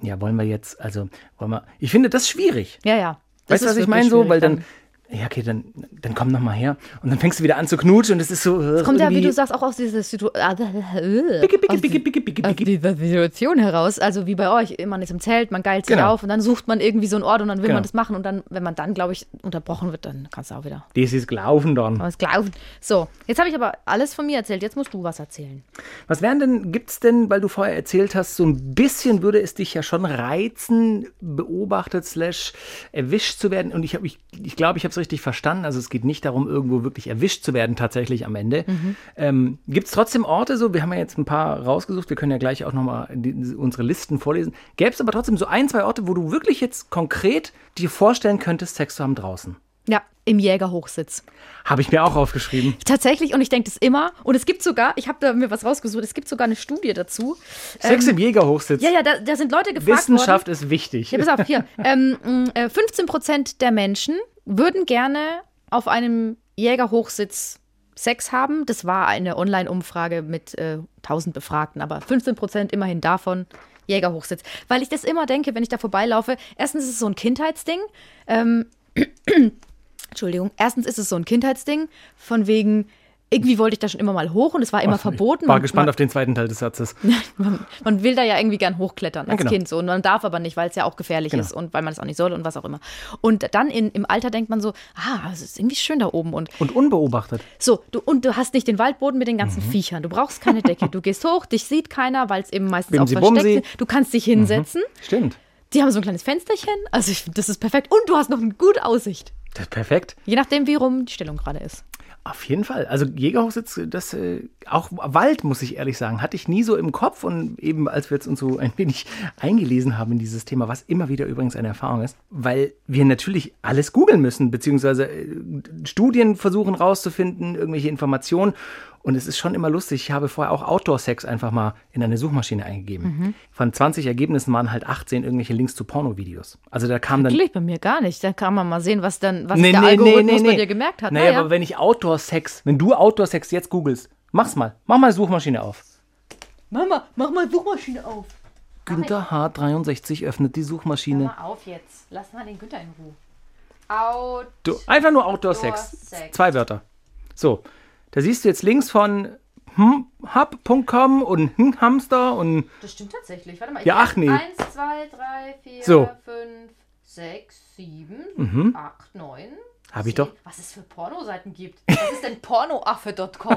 ja, wollen wir jetzt, also wollen wir. Ich finde das schwierig. Ja, ja. Das weißt du, was ist ich wirklich meine? So, schwierig weil dann, ja, okay, dann, dann komm noch mal her. Und dann fängst du wieder an zu knutschen und es ist so. äh, Es Kommt ja, wie du sagst, auch aus dieser Situation. Picke, picke, picke, picke, picke, aus picke. dieser Situation heraus, also wie bei euch, man ist im Zelt, man geilt sich Genau. auf und dann sucht man irgendwie so einen Ort und dann will Genau. man das machen und dann, wenn man dann, glaube ich, unterbrochen wird, dann kannst du auch wieder. Das ist gelaufen dann. Was glauben. So, jetzt habe ich aber alles von mir erzählt, jetzt musst du was erzählen. Was wären denn, gibt's denn, weil du vorher erzählt hast, so ein bisschen würde es dich ja schon reizen, beobachtet, slash erwischt zu werden. Und ich habe, ich, ich glaube, ich habe es richtig verstanden. Also es geht nicht darum, irgendwo wirklich erwischt zu werden, tatsächlich am Ende. Mhm. Ähm, Gibt es trotzdem Orte so, wir haben ja jetzt ein paar rausgesucht, wir können ja gleich auch nochmal unsere Listen vorlesen. Gäbe es aber trotzdem so ein, zwei Orte, wo du wirklich jetzt konkret dir vorstellen könntest, Sex zu haben draußen. Ja, im Jägerhochsitz. Habe ich mir auch aufgeschrieben. Tatsächlich, und ich denke das immer, und es gibt sogar, ich habe da mir was rausgesucht, es gibt sogar eine Studie dazu. Sex im Jägerhochsitz. Ähm, Ja, ja, da, da sind Leute gefragt worden. Wissenschaft ist wichtig. Ja, pass auf, hier. Ähm, mh, äh, 15 Prozent der Menschen würden gerne auf einem Jägerhochsitz Sex haben. Das war eine Online-Umfrage mit äh, 1000 Befragten, aber 15 Prozent immerhin davon Jägerhochsitz. Weil ich das immer denke, wenn ich da vorbeilaufe. Erstens ist es so ein Kindheitsding. Ähm, Entschuldigung. Erstens ist es so ein Kindheitsding, von wegen, irgendwie wollte ich da schon immer mal hoch und es war immer Ach, verboten. Ich war Man- gespannt man, auf den zweiten Teil des Satzes. man, man will da ja irgendwie gern hochklettern als genau. Kind so und man darf aber nicht, weil es ja auch gefährlich ist und weil man es auch nicht soll und was auch immer. Und dann in, im Alter denkt man so, ah, es ist irgendwie schön da oben und Und unbeobachtet. so, du, und du hast nicht den Waldboden mit den Mhm. ganzen Viechern. Du brauchst keine Decke. Du gehst hoch, dich sieht keiner, weil es eben meistens Bimsi auch versteckt Bumsi. Mhm. ist. Du kannst dich hinsetzen. Stimmt. Die haben so ein kleines Fensterchen. Also ich, find, das ist perfekt. Und du hast noch eine gute Aussicht. Das ist perfekt. Je nachdem, wie rum die Stellung gerade ist. Auf jeden Fall. Also Jägerhochsitz, das äh, auch Wald, muss ich ehrlich sagen, hatte ich nie so im Kopf. Und eben als wir jetzt uns so ein wenig eingelesen haben in dieses Thema, was immer wieder übrigens eine Erfahrung ist, weil wir natürlich alles googeln müssen, beziehungsweise äh, Studien versuchen rauszufinden, irgendwelche Informationen. Und es ist schon immer lustig. Ich habe vorher auch Outdoor-Sex einfach mal in eine Suchmaschine eingegeben. Von 20 Ergebnissen waren halt 18 irgendwelche Links zu Pornovideos. Also da kam dann Natürlich bei mir gar nicht. Da kann man mal sehen, was, dann, was Also der Algorithmus bei dir gemerkt hat. Naja, aber wenn ich Outdoor-Sex, wenn du Outdoor-Sex jetzt googelst, mach's mal. Mach mal Suchmaschine auf. Mama, mach mal Suchmaschine auf. Günther H63 öffnet die Suchmaschine. auf jetzt. Lass mal den Günther in Ruhe. Out. Du, einfach nur Outdoor-Sex. Outdoor-Sex. Zwei Wörter. So, da siehst du jetzt links von hm, hub.com und hm, Hamster und Das stimmt tatsächlich. Warte mal. ich- Ja, ach nee. Eins, zwei, drei, vier, So. fünf, sechs, sieben, acht, neun. Hab ich zehn. doch. Was es für Pornoseiten gibt. Was ist denn pornoaffe.com?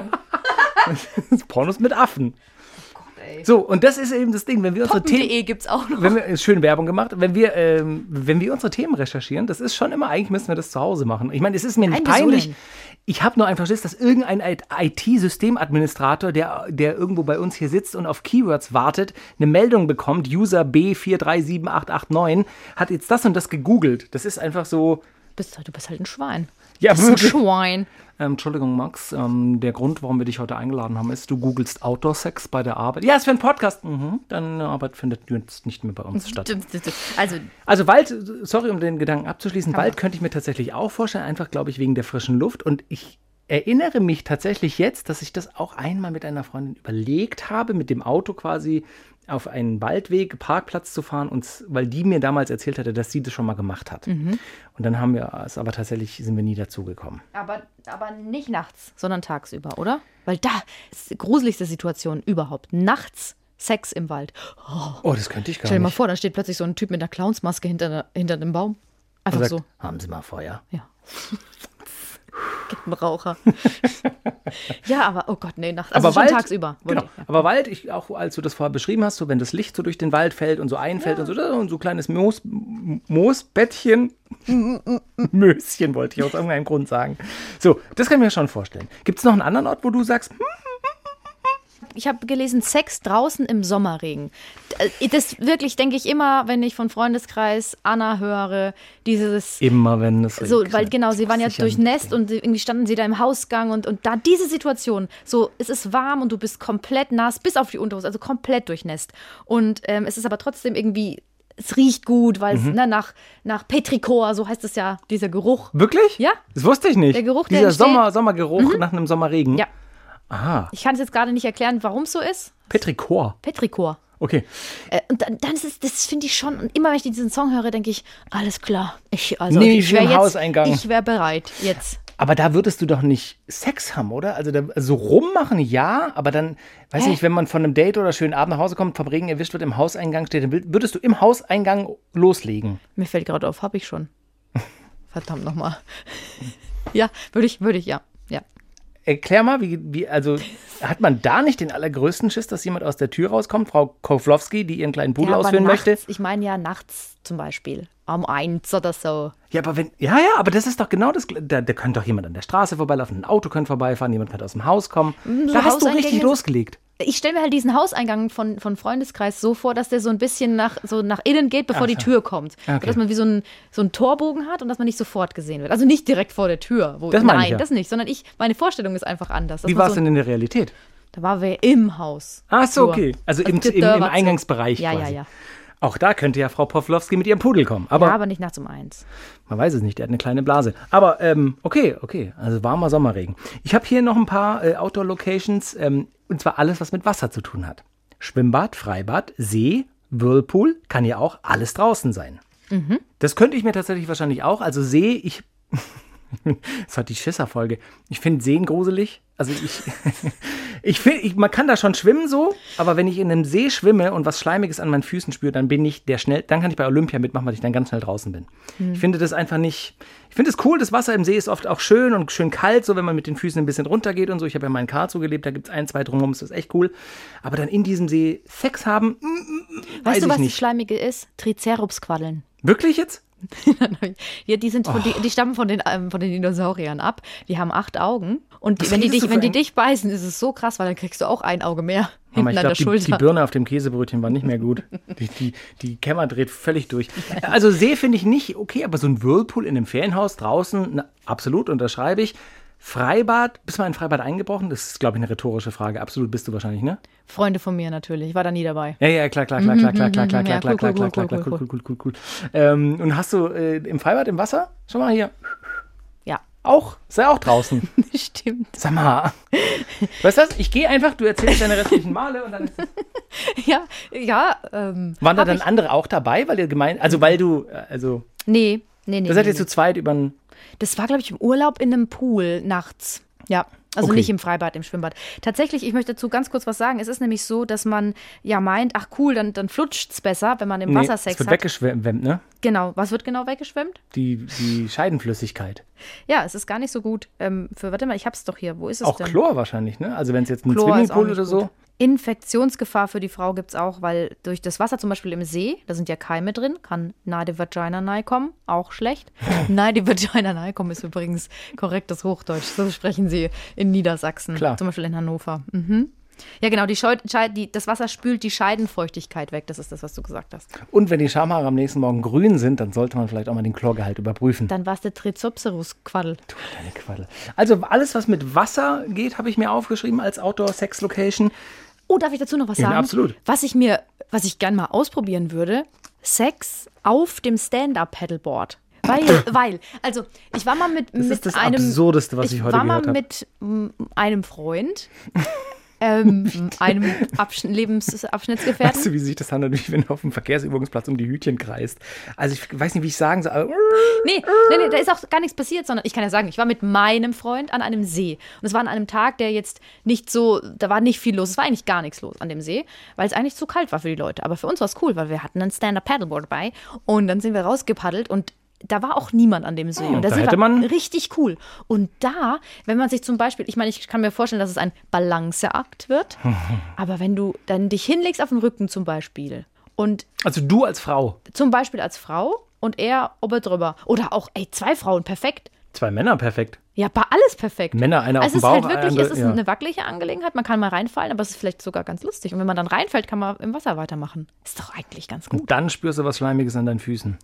Pornos mit Affen. Oh Gott, ey. So, und das ist eben das Ding, wenn wir unsere Themen... Poppen.de gibt's auch noch. Wenn wir, ist schön Werbung gemacht. Wenn wir, ähm, wenn wir unsere Themen recherchieren, das ist schon immer, eigentlich müssen wir das zu Hause machen. Ich meine, es ist mir nicht Nein, wieso peinlich. denn? Ich habe nur einfach Schiss, dass irgendein IT-Systemadministrator, der, der irgendwo bei uns hier sitzt und auf Keywords wartet, eine Meldung bekommt, User B4378889 hat jetzt das und das gegoogelt. Das ist einfach so, Bist, du bist halt ein Schwein. Ja, du bist ein wirklich. Schwein. ähm, Entschuldigung Max, ähm, der Grund, warum wir dich heute eingeladen haben, ist, du googelst Outdoor-Sex bei der Arbeit. Ja, ist für einen Podcast. Mhm. Deine Arbeit findet jetzt nicht mehr bei uns statt. Stimmt, stimmt, stimmt. Also, Also Wald, sorry, um den Gedanken abzuschließen, Wald könnte ich mir tatsächlich auch vorstellen, einfach glaube ich wegen der frischen Luft. Und ich erinnere mich tatsächlich jetzt, dass ich das auch einmal mit einer Freundin überlegt habe, mit dem Auto quasi auf einen Waldweg, Parkplatz zu fahren, und, s- weil die mir damals erzählt hatte, dass sie das schon mal gemacht hat. Mhm. Und dann haben wir es aber tatsächlich, sind wir nie dazu gekommen. aber, aber nicht nachts, sondern tagsüber, oder? Weil da ist die gruseligste Situation überhaupt. Nachts Sex im Wald. Oh, das könnte ich gar Stell dir mal nicht. vor, dann steht plötzlich so ein Typ mit einer Clownsmaske hinter, einer- hinter einem Baum. Einfach Und sagt, so. Haben Sie mal Feuer. Ja. Raucher. ja, aber oh Gott, nee, nachts. Also aber schon Wald, tagsüber. wollte Genau. ich, ja. Aber Wald, ich, auch als du das vorher beschrieben hast, so wenn das Licht so durch den Wald fällt und so einfällt und so, und so kleines Moos, Moosbettchen, Möschen wollte ich aus irgendeinem Grund sagen. So, das kann ich mir schon vorstellen. Gibt es noch einen anderen Ort, wo du sagst, hm, Ich habe gelesen, Sex draußen im Sommerregen. D- Das wirklich denke ich immer, wenn ich von Freundeskreis Anna höre, dieses. immer wenn es So, regnet. weil genau, sie waren ja Sicher durchnässt und sie- irgendwie standen sie da im Hausgang und, und da diese Situation, so es ist warm und du bist komplett nass, bis auf die Unterhose, also komplett durchnässt. Und ähm, es ist aber trotzdem irgendwie, es riecht gut, weil Mhm. es ne, nach, nach Petrichor, so heißt es ja, dieser Geruch. Wirklich? Ja. Das wusste ich nicht. Der Geruch, der Dieser entsteht- Mhm. Sommer, Sommergeruch nach einem Sommerregen. Ja. Aha, Ich kann es jetzt gerade nicht erklären, warum es so ist. Petrichor. Petrichor. Okay. Äh, und dann, dann ist es, das finde ich schon, und immer wenn ich diesen Song höre, denke ich, alles klar. Ich, also, Nee, ich ich will im wäre jetzt, Hauseingang. ich wäre bereit jetzt. Aber da würdest du doch nicht Sex haben, oder? Also da, also so rummachen, ja, aber dann, weiß ich nicht, wenn man von einem Date oder schönen Abend nach Hause kommt, vom Regen erwischt wird, im Hauseingang steht, dann will- würdest du im Hauseingang loslegen. Mir fällt gerade auf, habe ich schon. Verdammt nochmal. ja, würde ich, würde ich, ja. Ja. Erklär mal, wie, wie, also hat man da nicht den allergrößten Schiss, dass jemand aus der Tür rauskommt, Frau Kowlowski, die ihren kleinen Pudel ja, aber ausführen nachts, möchte? Ich meine ja nachts zum Beispiel. Um eins oder so. Ja, aber wenn, ja, ja, aber das ist doch genau das, Gl- da, da könnte doch jemand an der Straße vorbeilaufen, ein Auto könnte vorbeifahren, jemand könnte aus dem Haus kommen. Hm, so da hast du Hauseingänge richtig sind- losgelegt. Ich stelle mir halt diesen Hauseingang von, von Freundeskreis so vor, dass der so ein bisschen nach, so nach innen geht, bevor die Tür kommt. Okay. Dass man wie so einen so einen Torbogen hat und dass man nicht sofort gesehen wird. Also nicht direkt vor der Tür. Wo, Das meine nein, ich ja. das nicht. Sondern ich, meine Vorstellung ist einfach anders. dass Wie man war es so, denn in der Realität? Da war wir im Haus. Ach so, Nur. okay. Also im, der im, Dörr im war zu. Eingangsbereich Ja, quasi. ja, ja. Auch da könnte ja Frau Pawlowski mit ihrem Pudel kommen. Aber ja, aber nicht nachts um eins. man weiß es nicht, der hat eine kleine Blase. Aber ähm, okay, okay. Also warmer Sommerregen. Ich habe hier noch ein paar äh, Outdoor-Locations. Ähm, und zwar alles, was mit Wasser zu tun hat. Schwimmbad, Freibad, See, Whirlpool. Kann ja auch alles draußen sein. Das könnte ich mir tatsächlich wahrscheinlich auch. Also See, ich Das war die Schisser-Folge. Ich finde Seen gruselig. Also ich, ich finde, ich, man kann da schon schwimmen so, aber wenn ich in einem See schwimme und was Schleimiges an meinen Füßen spüre, dann bin ich der schnell, dann kann ich bei Olympia mitmachen, weil ich dann ganz schnell draußen bin. Ich finde das einfach nicht, ich finde es cool, das Wasser im See ist oft auch schön und schön kalt, so wenn man mit den Füßen ein bisschen runtergeht und so. Ich habe ja mal in Karlsruhe gelebt, da gibt es ein, zwei drumherum, ist das echt cool. Aber dann in diesem See Sex haben, mm, mm, mm, weiß Weißt ich du, was das nicht. Schleimige ist? Triceratops-Quaddeln. Wirklich jetzt? ja, die, sind von, Oh. die, die stammen von den, ähm, von den Dinosauriern ab. Die haben acht Augen. Und Was die, wenn, die redest du dich, für wenn die ein- dich beißen, ist es so krass, weil dann kriegst du auch ein Auge mehr Mama, hinten an ich der glaube, die, die Schulter. Birne auf dem Käsebrötchen war nicht mehr gut. Die, die, die Kämmer dreht völlig durch. Also See finde ich nicht okay, aber so ein Whirlpool in einem Ferienhaus draußen, na, absolut, unterschreibe ich. Freibad, bist du mal in ein Freibad eingebrochen? Das ist, glaube ich, eine rhetorische Frage. Absolut bist du wahrscheinlich, ne? Freunde von mir natürlich. Ich war da nie dabei. Ja, ja, klar, klar, klar, klar, klar, klar, klar, klar, Ja, klar, cool, klar, klar, cool, klar, klar, mhm, cool, cool, cool, cool, cool, cool. Ähm, Und hast du äh, im Freibad, im Wasser, schon mal hier, Ja, auch, sei auch draußen. stimmt. Sag mal, weißt du was, ich gehe einfach, du erzählst deine restlichen Male und dann ist Ja, ja. Ähm, Waren da hab dann ich- andere auch dabei, weil ihr gemeint, also weil du, äh, also, Nee, nee, nee. da seid nee, ihr zu zweit über ein, Das war, glaube ich, im Urlaub in einem Pool nachts. Ja. Also Okay. nicht im Freibad, im Schwimmbad. Tatsächlich, ich möchte dazu ganz kurz was sagen. Es ist nämlich so, dass man ja meint, ach cool, dann, dann flutscht es besser, wenn man im nee, Wasser es Sex wird hat. weggeschwemmt, ne? Genau. Was wird genau weggeschwemmt? Die, die Scheidenflüssigkeit. Ja, es ist gar nicht so gut. Ähm, für, warte mal, ich hab's doch hier. Wo ist es Auch denn? Chlor wahrscheinlich, ne? Also wenn es jetzt ein Chlor ist auch Swimmingpool nicht oder so. gut. Infektionsgefahr für die Frau gibt es auch, weil durch das Wasser zum Beispiel im See, da sind ja Keime drin, kann nahe die Vagina nahe kommen, auch schlecht. nahe die Vagina nahe kommen ist übrigens korrektes Hochdeutsch, so sprechen sie in Niedersachsen, Klar. zum Beispiel in Hannover. Mhm. Ja genau, die Scheu Schei- die, das Wasser spült die Scheidenfeuchtigkeit weg, das ist das, was du gesagt hast. Und wenn die Schamhaare am nächsten Morgen grün sind, dann sollte man vielleicht auch mal den Chlorgehalt überprüfen. Dann war es der Trizopserus-Quaddel. Kleine Quaddel. Also alles, was mit Wasser geht, habe ich mir aufgeschrieben als Outdoor-Sex-Location. Oh, darf ich dazu noch was Ja, sagen? na, absolut. Was ich mir, was ich gern mal ausprobieren würde, Sex auf dem Stand-Up-Paddleboard. Weil, weil, also ich war mal mit, mit ist das einem. Absurdeste, was ich heute war mal gehört habe. mit mm, einem Freund, ähm, einem Absch Weißt Lebensabschnittsgefährten. du, wie sich das handelt, wie wenn du auf dem Verkehrsübungsplatz um die Hütchen kreist? Also ich weiß nicht, wie ich sagen soll. aber- Nee, nee, nee, da ist auch gar nichts passiert, sondern ich kann ja sagen, ich war mit meinem Freund an einem See. Und es war an einem Tag, der jetzt nicht so, da war nicht viel los. Es war eigentlich gar nichts los an dem See, weil es eigentlich zu kalt war für die Leute. Aber für uns war es cool, weil wir hatten ein Stand-Up-Paddleboard dabei. Und dann sind wir rausgepaddelt und da war auch niemand an dem See. und da der See hätte war man- richtig cool. Und da, wenn man sich zum Beispiel, ich meine, ich kann mir vorstellen, dass es ein Balanceakt wird. aber wenn du dann dich hinlegst auf den Rücken zum Beispiel und Also du als Frau, zum Beispiel als Frau und er oben drüber. Oder auch, ey, zwei Frauen, perfekt. zwei Männer, perfekt. Ja, bei alles perfekt. Männer, einer auf dem also es Bauch, Ist halt wirklich, andere- es ist ja. eine wackelige Angelegenheit, man kann mal reinfallen, aber es ist vielleicht sogar ganz lustig. Und wenn man dann reinfällt, kann man im Wasser weitermachen. Ist doch eigentlich ganz gut. Und dann spürst du was Schleimiges an deinen Füßen.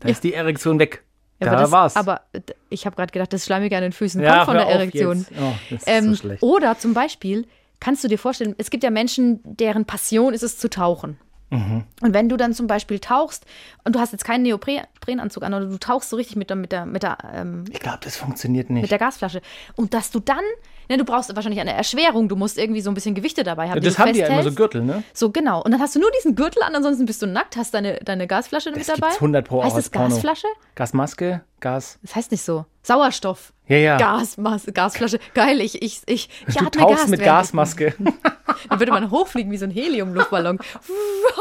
Da ist die Erektion weg. Ja, da aber das, war's. Aber äh, ich habe gerade gedacht, das Schleimige an den Füßen Ja, kommt von hör der auf Erektion. jetzt. Oh, das ist so Ähm, schlecht. oder zum Beispiel, kannst du dir vorstellen, es gibt ja Menschen, deren Passion ist es zu tauchen. Mhm. Und wenn du dann zum Beispiel tauchst und du hast jetzt keinen Neoprenanzug an oder du tauchst so richtig mit der, mit der, mit der ähm, ich glaube, das funktioniert nicht. mit der Gasflasche. Und dass du dann, ne, du brauchst wahrscheinlich eine Erschwerung, du musst irgendwie so ein bisschen Gewichte dabei haben. die das du haben die ja immer so festhältst. Gürtel, ne? So, genau. Und dann hast du nur diesen Gürtel an, ansonsten bist du nackt, hast deine, deine Gasflasche Das mit dabei. gibt's 100 pro auch Heißt als das Porno. Gasflasche? Gasmaske, Gas. Das heißt nicht so. Sauerstoff. Ja, ja. Gas, Mas Gasflasche. Geil, ich, ich, ich, ich du atme tauchst Gas mit während ich- Gasmaske. Dann würde man hochfliegen wie so ein Helium-Luftballon.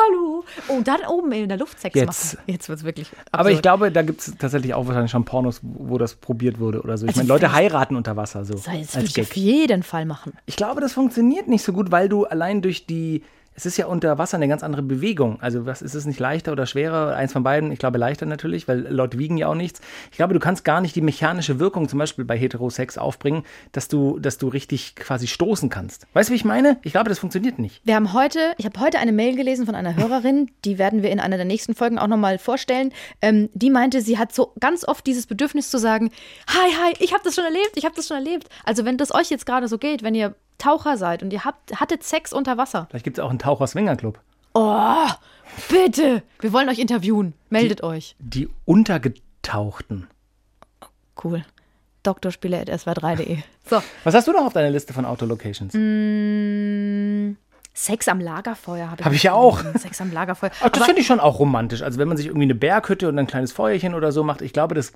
Hallo. Und dann oben in der Luft Sex Jetzt. machen. Jetzt wird's wirklich absurd. Aber ich glaube, da gibt es tatsächlich auch wahrscheinlich schon Pornos, wo das probiert wurde oder so. Ich Also meine, Leute vielleicht- heiraten unter Wasser so. So, Das würde als ich auf Gag. jeden Fall machen. Ich glaube, das funktioniert nicht so gut, weil du allein durch die. Es ist ja unter Wasser eine ganz andere Bewegung. Also was ist es nicht leichter oder schwerer? Eins von beiden, ich glaube leichter natürlich, weil Leute wiegen ja auch nichts. Ich glaube, du kannst gar nicht die mechanische Wirkung zum Beispiel bei Heterosex aufbringen, dass du, dass du richtig quasi stoßen kannst. Weißt du, wie ich meine? Ich glaube, das funktioniert nicht. Wir haben heute, ich habe heute eine Mail gelesen von einer Hörerin, die werden wir in einer der nächsten Folgen auch nochmal vorstellen. Ähm, die meinte, sie hat so ganz oft dieses Bedürfnis zu sagen, hi, hi, ich habe das schon erlebt, ich habe das schon erlebt. Also wenn das euch jetzt gerade so geht, wenn ihr Taucher seid und ihr habt, hattet Sex unter Wasser, Vielleicht gibt es auch einen Taucher-Swinger-Club. oh, bitte, wir wollen euch interviewen, meldet euch. Die Untergetauchten. Cool. Doktorspiele.sw3.de. So, Was hast du noch auf deiner Liste von Outdoor-Locations? Sex am Lagerfeuer habe ich. Hab ich ja gelesen. auch. Sex am Lagerfeuer. Ach, das Aber- finde ich schon auch romantisch. Also wenn man sich irgendwie eine Berghütte und ein kleines Feuerchen oder so macht, ich glaube, das,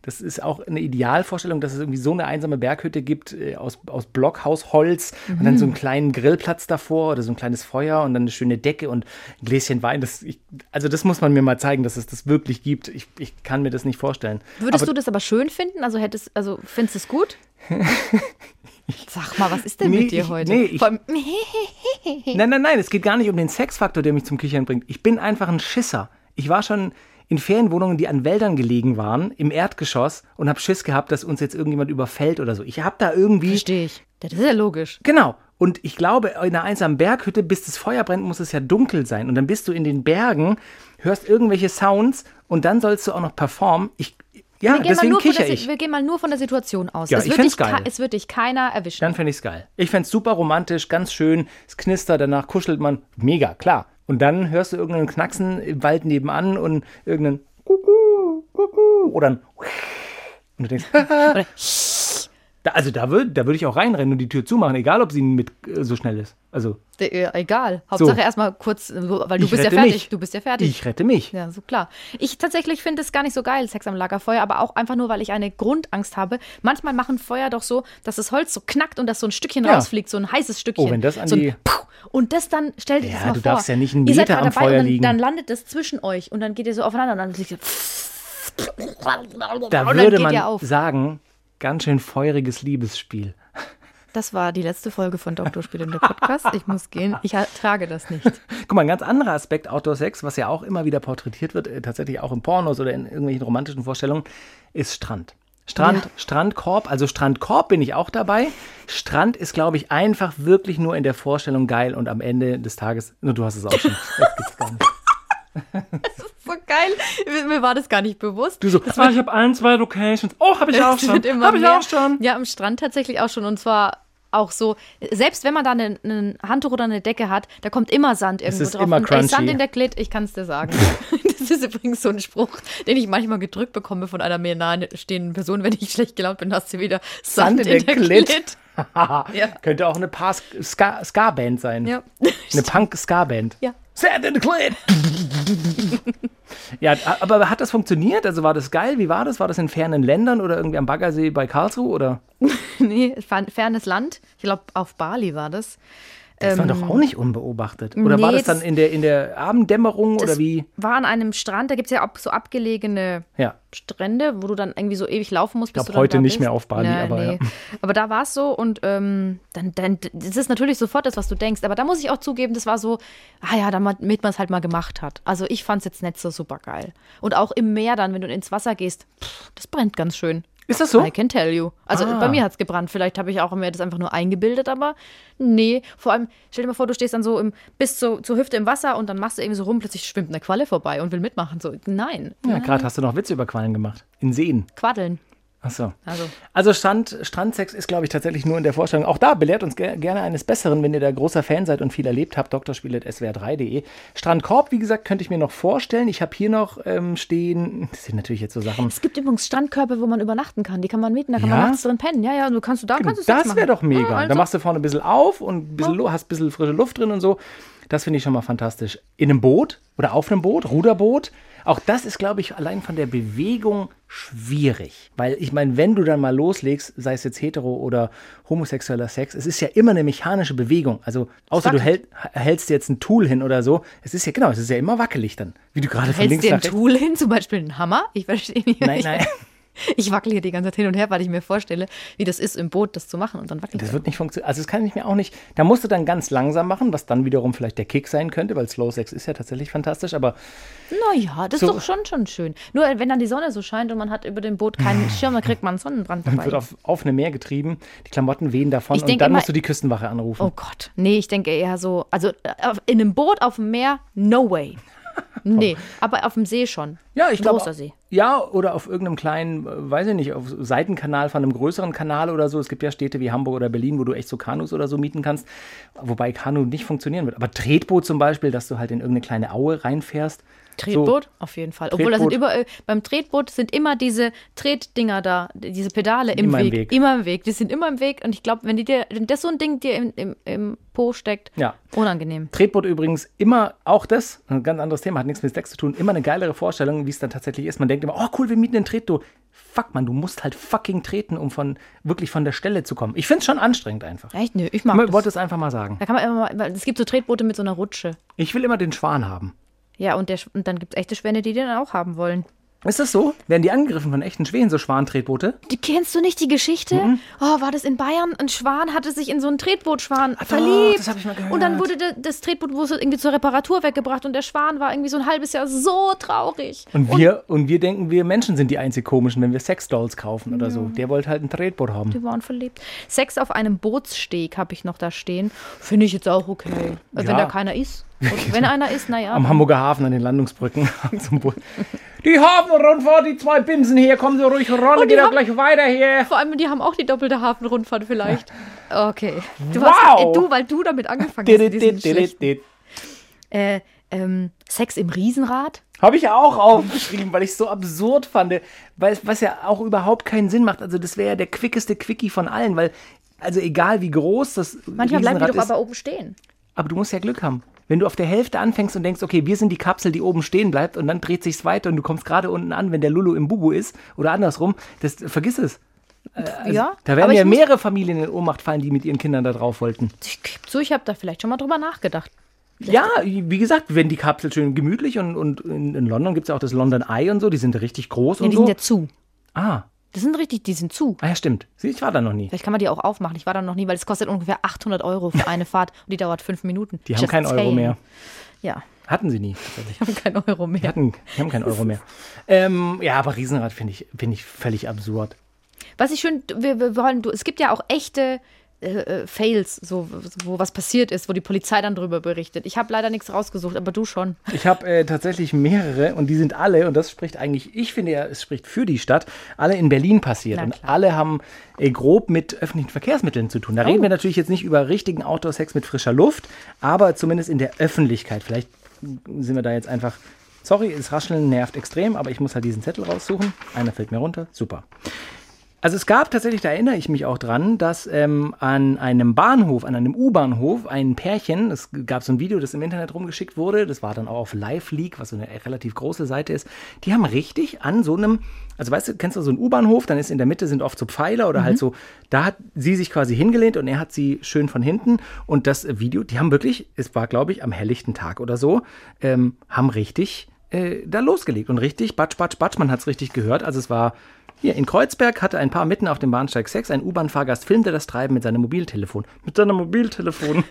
das ist auch eine Idealvorstellung, dass es irgendwie so eine einsame Berghütte gibt äh, aus, aus Blockhausholz und dann so einen kleinen Grillplatz davor oder so ein kleines Feuer und dann eine schöne Decke und ein Gläschen Wein. Das, ich, also das muss man mir mal zeigen, dass es das wirklich gibt. Ich, ich kann mir das nicht vorstellen. Würdest du das aber schön finden? Also hättest, also findest du es gut? Sag mal, was ist denn Nee, mit dir ich- heute? nee, ich- Vor allem, hm, Nein, nein, nein, es geht gar nicht um den Sexfaktor, der mich zum Kichern bringt. Ich bin einfach ein Schisser. Ich war schon in Ferienwohnungen, die an Wäldern gelegen waren, im Erdgeschoss und habe Schiss gehabt, dass uns jetzt irgendjemand überfällt oder so. Ich habe da irgendwie verstehe ich. Das ist ja logisch. Genau. Und ich glaube, in einer einsamen Berghütte, bis das Feuer brennt, muss es ja dunkel sein. Und dann bist du in den Bergen, hörst irgendwelche Sounds und dann sollst du auch noch performen. Ich, ja, Wir gehen, mal deswegen nur von der, kicher Si- ich. wir gehen mal nur von der Situation aus. Ja, es, ich wird find's dich ka- geil. es wird dich keiner erwischen. Dann fände ich es geil. Ich fände es super romantisch, ganz schön. Es knistert, danach kuschelt man. Mega, klar. Und dann hörst du irgendeinen Knacksen im Wald nebenan und irgendeinen Kuckuck, Kuckuck oder ein und du denkst, da, also da würde da würd ich auch reinrennen und die Tür zumachen, egal ob sie mit äh, so schnell ist. Also Äh, Egal. Hauptsache erstmal kurz, äh, so, weil du Ich bist ja rette fertig. mich. Du bist ja fertig. Ich rette mich. Ja, so klar. Ich tatsächlich finde es gar nicht so geil, Sex am Lagerfeuer, aber auch einfach nur, weil ich eine Grundangst habe. Manchmal machen Feuer doch so, dass das Holz so knackt und dass so ein Stückchen Ja. rausfliegt, so ein heißes Stückchen. Oh, wenn das an so ein die- Puh. Und das dann, stell dir Ja, das mal du vor. darfst ja nicht einen Ihr seid Meter gerade am dabei Feuer und dann, liegen. Dann landet das zwischen euch und dann geht ihr so aufeinander und dann fliegt ihr. und Da dann würde geht man ihr auf. sagen, ganz schön feuriges Liebesspiel. Das war die letzte Folge von Dr. Spiel und der Podcast. Ich muss gehen. Ich ertrage das nicht. Guck mal, ein ganz anderer Aspekt Outdoor-Sex, was ja auch immer wieder porträtiert wird, äh, tatsächlich auch in Pornos oder in irgendwelchen romantischen Vorstellungen, ist Strand. Strand, Strandkorb, also Strandkorb bin ich auch dabei. Strand ist, glaube ich, einfach wirklich nur in der Vorstellung geil und am Ende des Tages, nur du hast es auch schon. Das gibt's gar nicht. So geil. Mir mir war das gar nicht bewusst. Du so, ah, ich habe ein, zwei Locations. Oh, habe ich auch Es schon. wird immer Habe ich mehr. auch schon. Ja, am Strand tatsächlich auch schon. Und zwar auch so, selbst wenn man da einen einen Handtuch oder eine Decke hat, da kommt immer Sand irgendwo ist drauf. immer und ey, Sand crunchy. in der Glit, ich kann es dir sagen. das ist übrigens so ein Spruch, den ich manchmal gedrückt bekomme von einer mir nahestehenden Person. Wenn ich schlecht gelaunt bin, hast du wieder Sand, in, der, Glit. Könnte auch eine paar Ska- Ska-Band sein. Ja. Eine Punk-Ska-Band. Ja. Sand in the Clit! ja, aber hat das funktioniert? Also war das geil? Wie war das? War das in fernen Ländern oder irgendwie am Baggersee bei Karlsruhe? Oder? nee, fern, fernes Land. Ich glaube, auf Bali war das. Das war doch auch nicht unbeobachtet. Oder war Ähm, nee, das dann das- in der, in der Abenddämmerung oder Das wie? War an einem Strand, da gibt es ja auch so abgelegene Ja. Strände, wo du dann irgendwie so ewig laufen musst, bis Ich glaub, du dann heute da nicht bist. mehr auf Bali, aber ja. Aber da war es so und ähm, dann, dann, das ist natürlich sofort das, was du denkst. Aber da muss ich auch zugeben, das war so, ah ja, damit man es halt mal gemacht hat. Also ich fand es jetzt nicht so super geil. Und auch im Meer dann, wenn du ins Wasser gehst, pff, das brennt ganz schön. Ist das so? I can tell you. Also Oh. Ah. bei mir hat es gebrannt. Vielleicht habe ich auch mir das einfach nur eingebildet, aber nee. Vor allem, stell dir mal vor, du stehst dann so im, bis zu, zur Hüfte im Wasser und dann machst du irgendwie so rum, plötzlich schwimmt eine Qualle vorbei und will mitmachen. So, nein. Ja, gerade hast du noch Witze über Quallen gemacht. In Seen. Quaddeln. Ach so. Also. Also Strand, Strandsex ist, glaube ich, tatsächlich nur in der Vorstellung. Auch da belehrt uns ge gerne eines Besseren, wenn ihr da großer Fan seid und viel erlebt habt. Doktorspiel.swr3.de. Strandkorb, wie gesagt, könnte ich mir noch vorstellen. Ich habe hier noch ähm, stehen, das sind natürlich jetzt so Sachen. Es gibt übrigens Strandkörper, wo man übernachten kann. Die kann man mieten, da kann Ja? Genau, man nachts drin pennen. Ja, ja, und du kannst du da kannst du Sex Das machen. wäre doch mega. Ah, Da also, machst du vorne ein bisschen auf und ein bisschen, lu- hast ein bisschen frische Luft drin und so. Das finde ich schon mal fantastisch. In einem Boot oder auf einem Boot, Ruderboot. Auch das ist, glaube ich, allein von der Bewegung schwierig. Weil ich meine, wenn du dann mal loslegst, sei es jetzt hetero oder homosexueller Sex, es ist ja immer eine mechanische Bewegung. Also außer du hält, hältst dir jetzt ein Tool hin oder so. Es ist ja, genau, es ist ja immer wackelig dann. Wie du gerade von hältst links dir nach ein rechts. Tool hin, zum Beispiel einen Hammer. Ich verstehe nicht. Nein, nein. Ich wackel hier die ganze Zeit hin und her, weil ich mir vorstelle, wie das ist, im Boot das zu machen und dann wackelt Das es. wird nicht funktionieren. Also, das kann ich mir auch nicht. Da musst du dann ganz langsam machen, was dann wiederum vielleicht der Kick sein könnte, weil Slow Sex ist ja tatsächlich fantastisch. Aber Naja, das So- ist doch schon, schon schön. Nur wenn dann die Sonne so scheint und man hat über dem Boot keinen Schirm, dann kriegt man einen Sonnenbrand Ah. wird dabei. auf, auf eine Meer getrieben, die Klamotten wehen davon Ich und denk dann immer- musst du die Küstenwache anrufen. Oh Gott. Nee, ich denke eher so, also äh, auf- in einem Boot auf dem Meer, no way. Nee, aber auf dem See schon. Ja, ich Ein glaube. Großer See. Ja, oder auf irgendeinem kleinen, äh, weiß ich nicht, auf Seitenkanal von einem größeren Kanal oder so. Es gibt ja Städte wie Hamburg oder Berlin, wo du echt so Kanus oder so mieten kannst. Wobei Kanu nicht funktionieren wird. Aber Tretboot zum Beispiel, dass du halt in irgendeine kleine Aue reinfährst. Tretboot, auf jeden Fall. Obwohl da sind Tretboot. überall, beim Tretboot sind immer diese Tretdinger da, diese Pedale im Immer im Weg. Weg. Immer im Weg. Die sind immer im Weg. Und ich glaube, wenn die dir, wenn das so ein Ding dir im, im, im Po steckt, Ja. unangenehm. Tretboot übrigens immer, auch das, ein ganz anderes Thema, hat nichts mit Sex zu tun, immer eine geilere Vorstellung, wie es dann tatsächlich ist. Man denkt immer, oh cool, wir mieten ein Tretboot. Fuck man, du musst halt fucking treten, um von wirklich von der Stelle zu kommen. Ich find's schon anstrengend einfach. Echt? Nö, ich mag Ich wollte das. es einfach mal sagen. Da kann man immer mal, weil es gibt so Tretboote mit so einer Rutsche. Ich will immer den Schwan haben. Ja, und, der, Sch- und dann gibt es echte Schwäne, die den auch haben wollen. Ist das so? Werden die angegriffen von echten Schwänen, so Schwan-Tretboote? Die, kennst du nicht die Geschichte? Mhm. Oh, war das in Bayern? Ein Schwan hatte sich in so einen Tretbootschwan verliebt. das hab ich mal gehört. Und dann wurde de, das Tretboot wurde irgendwie zur Reparatur weggebracht und der Schwan war irgendwie so ein halbes Jahr so traurig. Und wir, und wir denken, wir Menschen sind die einzig komischen, wenn wir Sexdolls kaufen oder so. Der wollte halt ein Tretboot haben. Die waren verliebt. Sex auf einem Bootssteg habe ich noch da stehen. Finde ich jetzt auch okay. Also Wenn Ja. da keiner ist. Und wenn einer ist, naja. Am Hamburger Hafen an den Landungsbrücken. Zum Boot. Die Hafenrundfahrt, die zwei Binsen hier, kommen Sie ruhig runter, die geht doch haben- gleich weiter hier. Vor allem, die haben auch die doppelte Hafenrundfahrt vielleicht. Okay. Du Wow! hast, äh, du, weil du damit angefangen Also, hast. mit diesen schlechten- Habe Äh, ähm, Sex im Riesenrad? ich auch aufgeschrieben, weil ich es so absurd fand, weil es- was ja auch überhaupt keinen Sinn macht. Also das wäre ja der quickeste Quickie von allen, weil also egal wie groß das Manchmal bleiben die Riesenrad doch ist, aber oben stehen. aber du musst ja Glück haben. Wenn du auf der Hälfte anfängst und denkst, okay, wir sind die Kapsel, die oben stehen bleibt und dann dreht sich's weiter und du kommst gerade unten an, wenn der Lulu im Bubu ist oder andersrum, das vergiss es. ja, Also, Da werden aber ja ich muss- mehrere Familien in Ohnmacht fallen, die mit ihren Kindern da drauf wollten. Ich gebe zu, ich habe da vielleicht schon mal drüber nachgedacht. Ja, wie gesagt, wenn die Kapsel schön gemütlich und, und in, in London gibt es ja auch das London Eye und so, die sind richtig groß Nee, und die so. sind ja zu. ah, Das sind richtig, die sind zu. ah, ja, stimmt. Sieh, Ich war da noch nie. Vielleicht kann man die auch aufmachen. Ich war da noch nie, weil es kostet ungefähr 800 Euro für eine Fahrt und die dauert fünf Minuten. Die haben Just keinen Euro saying. mehr. Ja, Hatten sie nie. tatsächlich. die haben keinen Euro Die, mehr. hatten, die haben keinen Euro mehr. Ähm, ja, aber Riesenrad finde ich, finde ich völlig absurd. Was ich schön, wir, wir wollen, du, es gibt ja auch echte äh, äh, Fails, so, wo was passiert ist, wo die Polizei dann drüber berichtet. Ich habe leider nichts rausgesucht, aber du schon. Ich habe äh, tatsächlich mehrere und die sind alle, und das spricht eigentlich, ich finde ja, es spricht für die Stadt, alle in Berlin passiert. Na Und klar. alle haben äh, grob mit öffentlichen Verkehrsmitteln zu tun. Da Oh. reden wir natürlich jetzt nicht über richtigen Outdoor-Sex mit frischer Luft, aber zumindest in der Öffentlichkeit. Vielleicht sind wir da jetzt einfach. Sorry, das Rascheln nervt extrem, aber ich muss halt diesen Zettel raussuchen. Einer fällt mir runter. Super. Also es gab tatsächlich, da erinnere ich mich auch dran, dass ähm, an einem Bahnhof, an einem U-Bahnhof, ein Pärchen, es gab so ein Video, das im Internet rumgeschickt wurde, das war dann auch auf Live Leak, was so eine relativ große Seite ist, die haben richtig an so einem, also weißt du, kennst du so einen U-Bahnhof, dann ist in der Mitte sind oft so Pfeiler oder halt so, da hat sie sich quasi hingelehnt und er hat sie schön von hinten und das Video, die haben wirklich, es war glaube ich am helllichten Tag oder so, ähm, haben richtig äh, da losgelegt und richtig batsch, batsch, batsch, man hat es richtig gehört, also es war hier in Kreuzberg hatte ein Paar mitten auf dem Bahnsteig Sex. Ein U-Bahn-Fahrgast filmte das Treiben mit seinem Mobiltelefon. Mit seinem Mobiltelefon.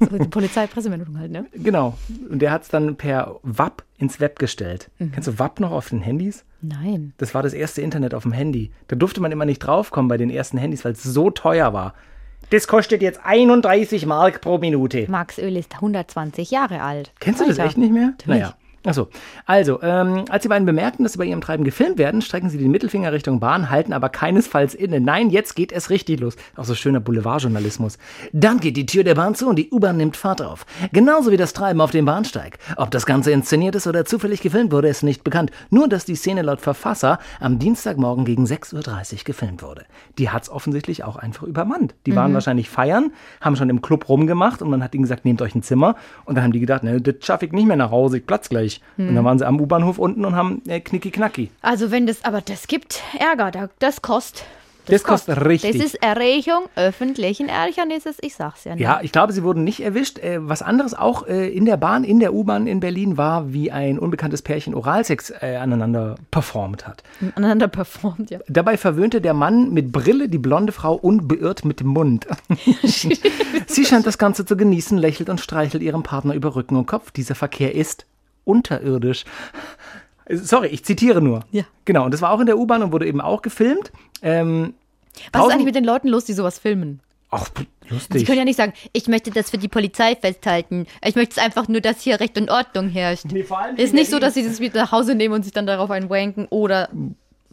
So, die Polizeipressemeldung halt, ne? genau. Und der hat es dann per WAP ins Web gestellt. Kennst du WAP noch auf den Handys? Nein. Das war das erste Internet auf dem Handy. Da durfte man immer nicht draufkommen bei den ersten Handys, weil es so teuer war. Das kostet jetzt 31 Mark pro Minute. Max Öl ist 120 Jahre alt. Kennst du das Alter. echt nicht mehr? Natürlich. Naja. Achso. Also, ähm, als die beiden bemerken, dass sie bei ihrem Treiben gefilmt werden, strecken sie den Mittelfinger Richtung Bahn, halten aber keinesfalls inne. Nein, jetzt geht es richtig los. Auch so schöner Boulevardjournalismus. Dann geht die Tür der Bahn zu und die U-Bahn nimmt Fahrt auf. Genauso wie das Treiben auf dem Bahnsteig. Ob das Ganze inszeniert ist oder zufällig gefilmt wurde, ist nicht bekannt. Nur, dass die Szene laut Verfasser am Dienstagmorgen gegen 6.30 Uhr gefilmt wurde. Die hat's offensichtlich auch einfach übermannt. Die waren wahrscheinlich feiern, haben schon im Club rumgemacht und man hat ihnen gesagt, nehmt euch ein Zimmer. Und dann haben die gedacht, ne, das schaffe ich nicht mehr nach Hause, ich platz gleich. Und dann waren sie am U-Bahnhof unten und haben äh, knicki-knacki. Also wenn das, aber das gibt Ärger, da- das kostet. Das kostet richtig. Das ist Erreichung öffentlichen Ärgernisses, ich sag's ja nicht. Ja, ich glaube, sie wurden nicht erwischt. Äh, was anderes auch äh, in der Bahn, in der U-Bahn in Berlin war, wie ein unbekanntes Pärchen Oralsex äh, aneinander performt hat. Aneinander performt, ja. Dabei verwöhnte der Mann mit Brille die blonde Frau unbeirrt mit dem Mund. Sie scheint das Ganze zu genießen, lächelt und streichelt ihrem Partner über Rücken und Kopf. Dieser Verkehr ist unterirdisch. Äh, Sorry, ich zitiere nur. Ja. Genau, und das war auch in der U-Bahn und wurde eben auch gefilmt. Ähm, Was ist Tausend- eigentlich mit den Leuten los, die sowas filmen? ach, Die lustig. können ja nicht sagen, ich möchte das für die Polizei festhalten. Ich möchte es einfach nur, dass hier Recht und Ordnung herrscht. vor allem ist in nicht so, Berlin. dass sie das wieder nach Hause nehmen und sich dann darauf einwanken oder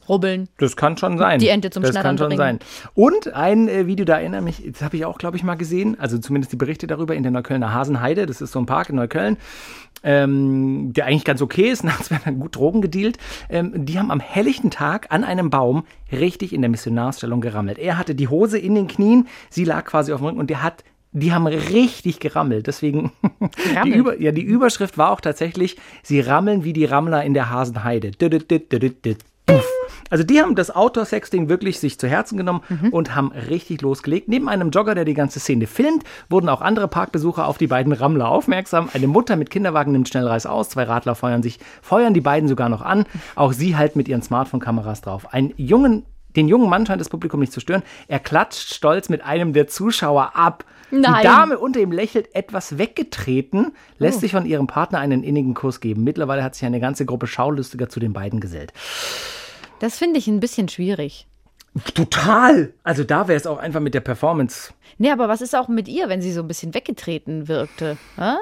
rubbeln. Das kann schon sein. Die Ente zum Das Schnattern kann schon sein. bringen. Und ein äh, Video, da erinnere mich, das habe ich auch, glaube ich, mal gesehen, also zumindest die Berichte darüber in der Neuköllner Hasenheide, das ist so ein Park in Neukölln, ähm, der eigentlich ganz okay ist, nachts werden dann gut Drogen gedealt. Ähm, die haben am helllichten Tag an einem Baum richtig in der Missionarstellung gerammelt. Er hatte die Hose in den Knien, sie lag quasi auf dem Rücken und der hat die haben richtig gerammelt. Deswegen, die, Gerammelt? Über, ja, die Überschrift war auch tatsächlich, sie rammeln wie die Rammler in der Hasenheide. Dü- dü- dü- dü- dü- dü- puff. Also die haben das Outdoor-Sex-Ding wirklich sich zu Herzen genommen und haben richtig losgelegt. Neben einem Jogger, der die ganze Szene filmt, wurden auch andere Parkbesucher auf die beiden Rammler aufmerksam. Eine Mutter mit Kinderwagen nimmt Schnellreis aus, zwei Radler feuern sich, feuern die beiden sogar noch an. Auch sie halt mit ihren Smartphone-Kameras drauf. Einen jungen den jungen Mann scheint das Publikum nicht zu stören. Er klatscht stolz mit einem der Zuschauer ab. Die Nein. Dame unter ihm lächelt etwas weggetreten, lässt sich von ihrem Partner einen innigen Kuss geben. Mittlerweile hat sich eine ganze Gruppe Schaulustiger zu den beiden gesellt. Das finde ich ein bisschen schwierig. Total! Also da wäre es auch einfach mit der Performance. Nee, aber was ist auch mit ihr, wenn sie so ein bisschen weggetreten wirkte? Ah,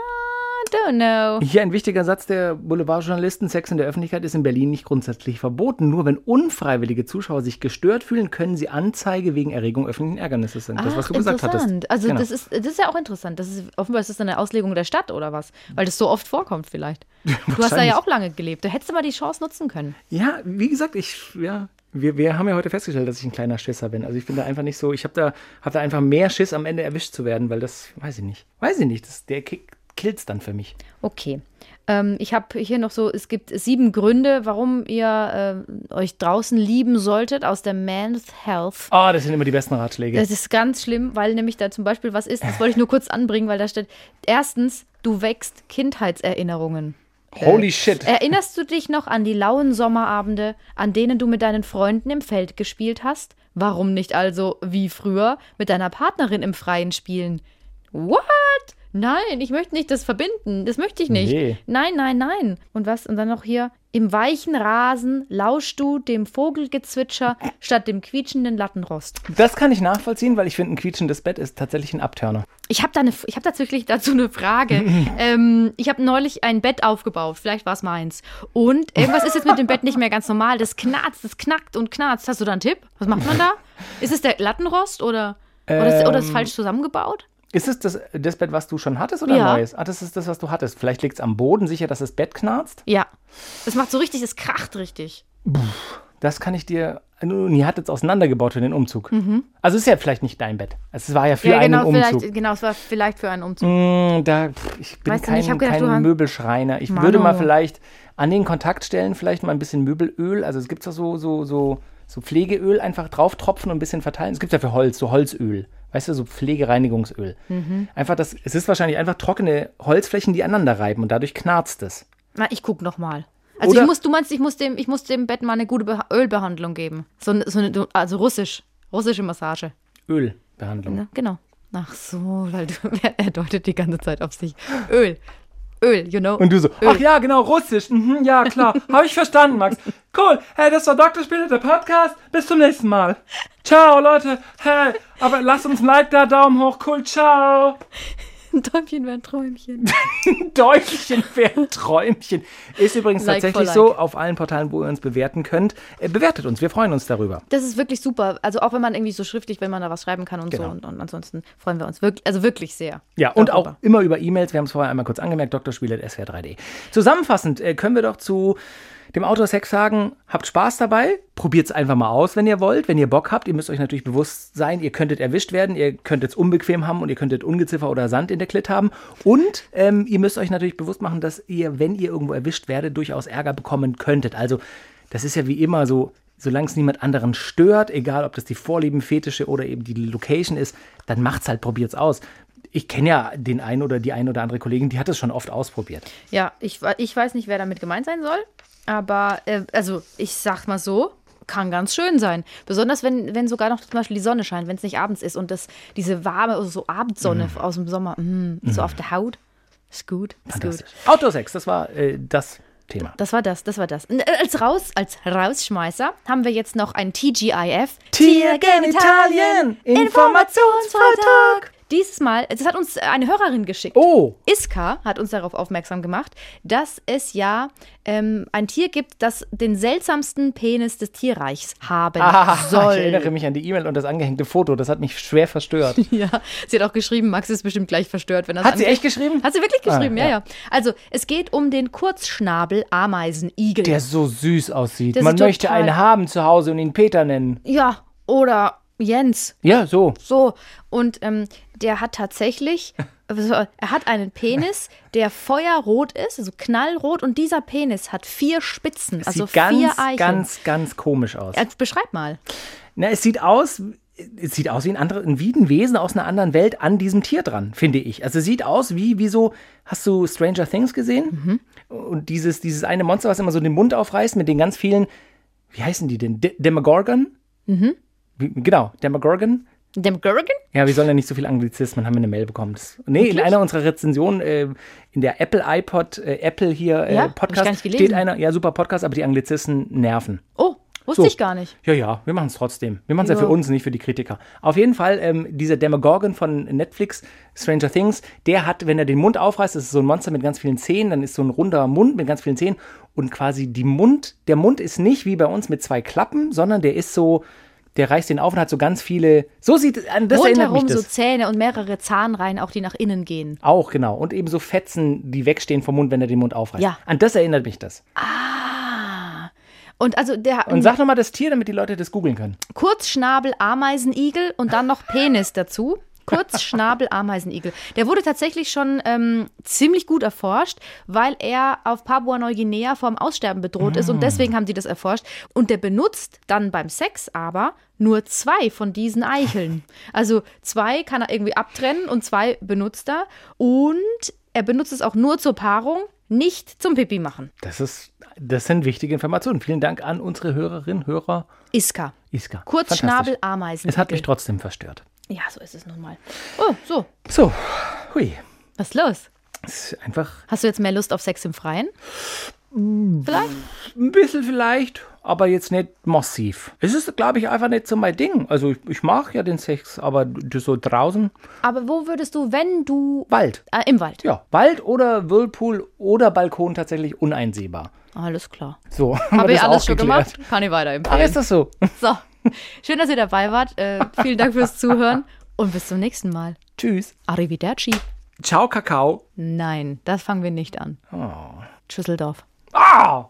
don't know. Hier ein wichtiger Satz der Boulevardjournalisten. Sex in der Öffentlichkeit ist in Berlin nicht grundsätzlich verboten. Nur wenn unfreiwillige Zuschauer sich gestört fühlen, können sie Anzeige wegen Erregung öffentlichen Ärgernisses senden. Das, was Ach, du gesagt interessant. hattest. Also Genau. das, ist, das ist ja auch interessant. Das ist, offenbar ist das eine Auslegung der Stadt oder was? Weil das so oft vorkommt vielleicht. Du hast da wahrscheinlich. ja auch lange gelebt. Da hättest du mal die Chance nutzen können. Ja, wie gesagt, ich, ja, wir, wir haben ja heute festgestellt, dass ich ein kleiner Schisser bin. Also ich bin da einfach nicht so, ich habe da, hab da einfach mehr Schiss, am Ende erwischt zu werden, weil das, weiß ich nicht. Weiß ich nicht, das, der Kick killt's dann für mich. Okay. Ähm, ich habe hier noch so, es gibt sieben Gründe, warum ihr äh, euch draußen lieben solltet aus der Men's Health. Oh, das sind immer die besten Ratschläge. Das ist ganz schlimm, weil nämlich da zum Beispiel was ist, das wollte ich nur kurz anbringen, weil da steht, erstens, du wächst Kindheitserinnerungen. Holy shit. Erinnerst du dich noch an die lauen Sommerabende, an denen du mit deinen Freunden im Feld gespielt hast? Warum nicht also, wie früher, mit deiner Partnerin im Freien spielen? What? Nein, ich möchte nicht das verbinden. Das möchte ich nicht. Nee. Nein, nein, nein. Und was? Und dann noch hier. Im weichen Rasen lauschst du dem Vogelgezwitscher statt dem quietschenden Lattenrost. Das kann ich nachvollziehen, weil ich finde, ein quietschendes Bett ist tatsächlich ein Abtörner. Ich habe da eine, ich habe tatsächlich dazu eine Frage. ähm, ich habe neulich ein Bett aufgebaut, vielleicht war es meins. Und irgendwas ist jetzt mit dem Bett nicht mehr ganz normal. Das knarzt, das knackt und knarzt. Hast du da einen Tipp? Was macht man da? Ist es der Lattenrost oder oder, ist, oder ist es Ähm. falsch zusammengebaut? Ist es das, das Bett, was du schon hattest oder ein Ja. neues? Ah, das ist das, was du hattest. Vielleicht liegt es am Boden, sicher, dass das Bett knarzt. Ja, das macht so richtig, das kracht richtig. Das kann ich dir. Nun, ihr hattet es auseinandergebaut für den Umzug. Also ist ja vielleicht nicht dein Bett. Es war ja für Mhm. ja, einen genau, Umzug. vielleicht, genau, es war vielleicht für einen Umzug. Mm, Da, pff, ich bin Weißt du kein, nicht, ich hab gedacht, kein du hast- Möbelschreiner. Ich Manu. würde mal vielleicht an den Kontaktstellen vielleicht mal ein bisschen Möbelöl, also es gibt ja so, so, so, so Pflegeöl einfach drauf tropfen und ein bisschen verteilen. Es gibt ja für Holz, so Holzöl. Weißt du, so Pflegereinigungsöl. Mhm. Einfach das, es ist wahrscheinlich einfach trockene Holzflächen, die aneinander reiben und dadurch knarzt es. Na, ich guck noch mal. Also Oder- ich muss, du meinst, ich muss dem, ich muss dem Bett mal eine gute Beha- Ölbehandlung geben. So, eine- so eine, also russisch, russische Massage. Ölbehandlung. Ne? Genau. Ach so, weil du, er deutet die ganze Zeit auf sich. Öl. Öl, you know. Und du so, ach ja, genau, Russisch. Mhm, ja, klar. Habe ich verstanden, Max. Cool. Hey, das war Dr. Spiele, der Podcast. Bis zum nächsten Mal. Ciao, Leute. Hey, aber lasst uns ein Like da, Daumen hoch. Cool, ciao. Ein Däumchen wäre ein Träumchen. Däumchen wäre ein Träumchen. Ist übrigens Like tatsächlich for so like. auf allen Portalen, wo ihr uns bewerten könnt. Äh, Bewertet uns, wir freuen uns darüber. Das ist wirklich super. Also auch wenn man irgendwie so schriftlich, wenn man da was schreiben kann und Genau. so. Und, und ansonsten freuen wir uns wirklich, also wirklich sehr. Ja, und auch darüber. immer über E-Mails. Wir haben es vorher einmal kurz angemerkt, drspiel.swr3d. Zusammenfassend äh, können wir doch zu dem Autor Sex sagen, habt Spaß dabei, probiert es einfach mal aus, wenn ihr wollt, wenn ihr Bock habt. Ihr müsst euch natürlich bewusst sein, ihr könntet erwischt werden, ihr könntet es unbequem haben und ihr könntet Ungeziffer oder Sand in der Klitt haben. Und ähm, ihr müsst euch natürlich bewusst machen, dass ihr, wenn ihr irgendwo erwischt werdet, durchaus Ärger bekommen könntet. Also das ist ja wie immer so, solange es niemand anderen stört, egal ob das die Vorlieben, Fetische oder eben die Location ist, dann macht's halt, probiert's aus. Ich kenne ja den einen oder die ein oder andere Kollegin, die hat es schon oft ausprobiert. Ja, ich, we- ich weiß nicht, wer damit gemeint sein soll, aber äh, also ich sag mal so, kann ganz schön sein. Besonders wenn, wenn sogar noch zum Beispiel die Sonne scheint, wenn es nicht abends ist und das, diese warme, also so Abendsonne Mhm. aus dem Sommer, mm, so auf der Haut. Ist gut, ist gut. Fantastisch. Autosex, das war äh, das Thema. Das war das, das war das. N- Als raus, als Rausschmeißer haben wir jetzt noch ein TGIF. Tiergenitalien, Informationsfreitag. dieses Mal, das hat uns eine Hörerin geschickt. Oh, Iska hat uns darauf aufmerksam gemacht, dass es ja ähm, ein Tier gibt, das den seltsamsten Penis des Tierreichs haben ah, soll. ich erinnere mich an die E-Mail und das angehängte Foto. Das hat mich schwer verstört. Ja, sie hat auch geschrieben, Max ist bestimmt gleich verstört, wenn er Hat sie echt geschrieben? Hat sie wirklich Ah, geschrieben, ja, ja. ja, Also, es geht um den Kurzschnabel-Ameisenigel. Der so süß aussieht. Der Man sieht möchte total- einen haben zu Hause und ihn Peter nennen. ja, oder Jens, Ja, so. so. Und ähm, der hat tatsächlich, also, er hat einen Penis, der feuerrot ist, also knallrot. Und dieser Penis hat vier Spitzen, also sieht ganz, vier Eichen. ganz, ganz komisch aus. Ja, beschreib mal. Na, es sieht aus, es sieht aus wie ein, andere, ein wie ein Wesen aus einer anderen Welt an diesem Tier dran, finde ich. Also es sieht aus wie, wie so, hast du Stranger Things gesehen? Mhm. Und dieses, dieses eine Monster, was immer so den Mund aufreißt mit den ganz vielen, wie heißen die denn? De Demogorgon? Mhm. Wie, genau, Demogorgon. Dem Gurgen? Ja, wir sollen ja nicht so viel Anglizismen, haben wir eine Mail bekommen. Das, nee, in einer unserer Rezensionen, äh, in der Apple iPod, äh, Apple hier äh, Ja, hab ich Podcast, gar nicht gelesen. steht einer, ja super Podcast, aber die Anglizisten nerven. Oh, wusste So. ich gar nicht. Ja, ja, wir machen es trotzdem. Wir machen es ja. Ja. für uns, nicht für die Kritiker. Auf jeden Fall, ähm, dieser Demogorgon von Netflix, Stranger Things, der hat, wenn er den Mund aufreißt, das ist so ein Monster mit ganz vielen Zähnen, dann ist so ein runder Mund mit ganz vielen Zähnen und quasi die Mund, der Mund ist nicht wie bei uns mit zwei Klappen, sondern der ist so, der reißt den auf und hat so ganz viele, so sieht, an das erinnert mich Rundherum das. so Zähne und mehrere Zahnreihen, auch die nach innen gehen. auch, genau. Und eben so Fetzen, die wegstehen vom Mund, wenn er den Mund aufreißt. Ja. An das erinnert mich das. Und also der Und sag nochmal das Tier, damit die Leute das googeln können. Kurzschnabel Ameisenigel und dann noch Penis dazu. Kurzschnabel Ameisenigel. Der wurde tatsächlich schon ähm, ziemlich gut erforscht, weil er auf Papua Neuguinea vom Aussterben bedroht ist und deswegen haben sie das erforscht. Und der benutzt dann beim Sex aber nur zwei von diesen Eicheln. Also zwei kann er irgendwie abtrennen und zwei benutzt er. Und er benutzt es auch nur zur Paarung, nicht zum Pipi machen. Das ist, das sind wichtige Informationen. Vielen Dank an unsere Hörerinnen, Hörer. Iska. Iska. Kurzschnabel Fantastisch. Ameisen. Es hat mich trotzdem verstört. Ja, so ist es nun mal. Oh, so. So, hui. Was ist los? Es ist einfach Hast du jetzt mehr Lust auf Sex im Freien? Vielleicht? ein bisschen vielleicht, aber jetzt nicht massiv. Es ist, glaube ich, einfach nicht so mein Ding. Also ich, ich mag ja den Sex, aber d- so draußen. Aber wo würdest du, wenn du. Wald. Äh, Im Wald. Ja, Wald oder Whirlpool oder Balkon tatsächlich uneinsehbar. Alles klar. So, haben Habe wir ich das alles auch schon geklärt. gemacht? Kann ich Ach, ist weiterempfehlen. das so? So. Schön, dass ihr dabei wart. Äh, vielen Dank fürs Zuhören und bis zum nächsten Mal. Tschüss. Arrivederci. Ciao, Kakao. Oh. Nein, das fangen wir nicht an. Schüsseldorf. Ah!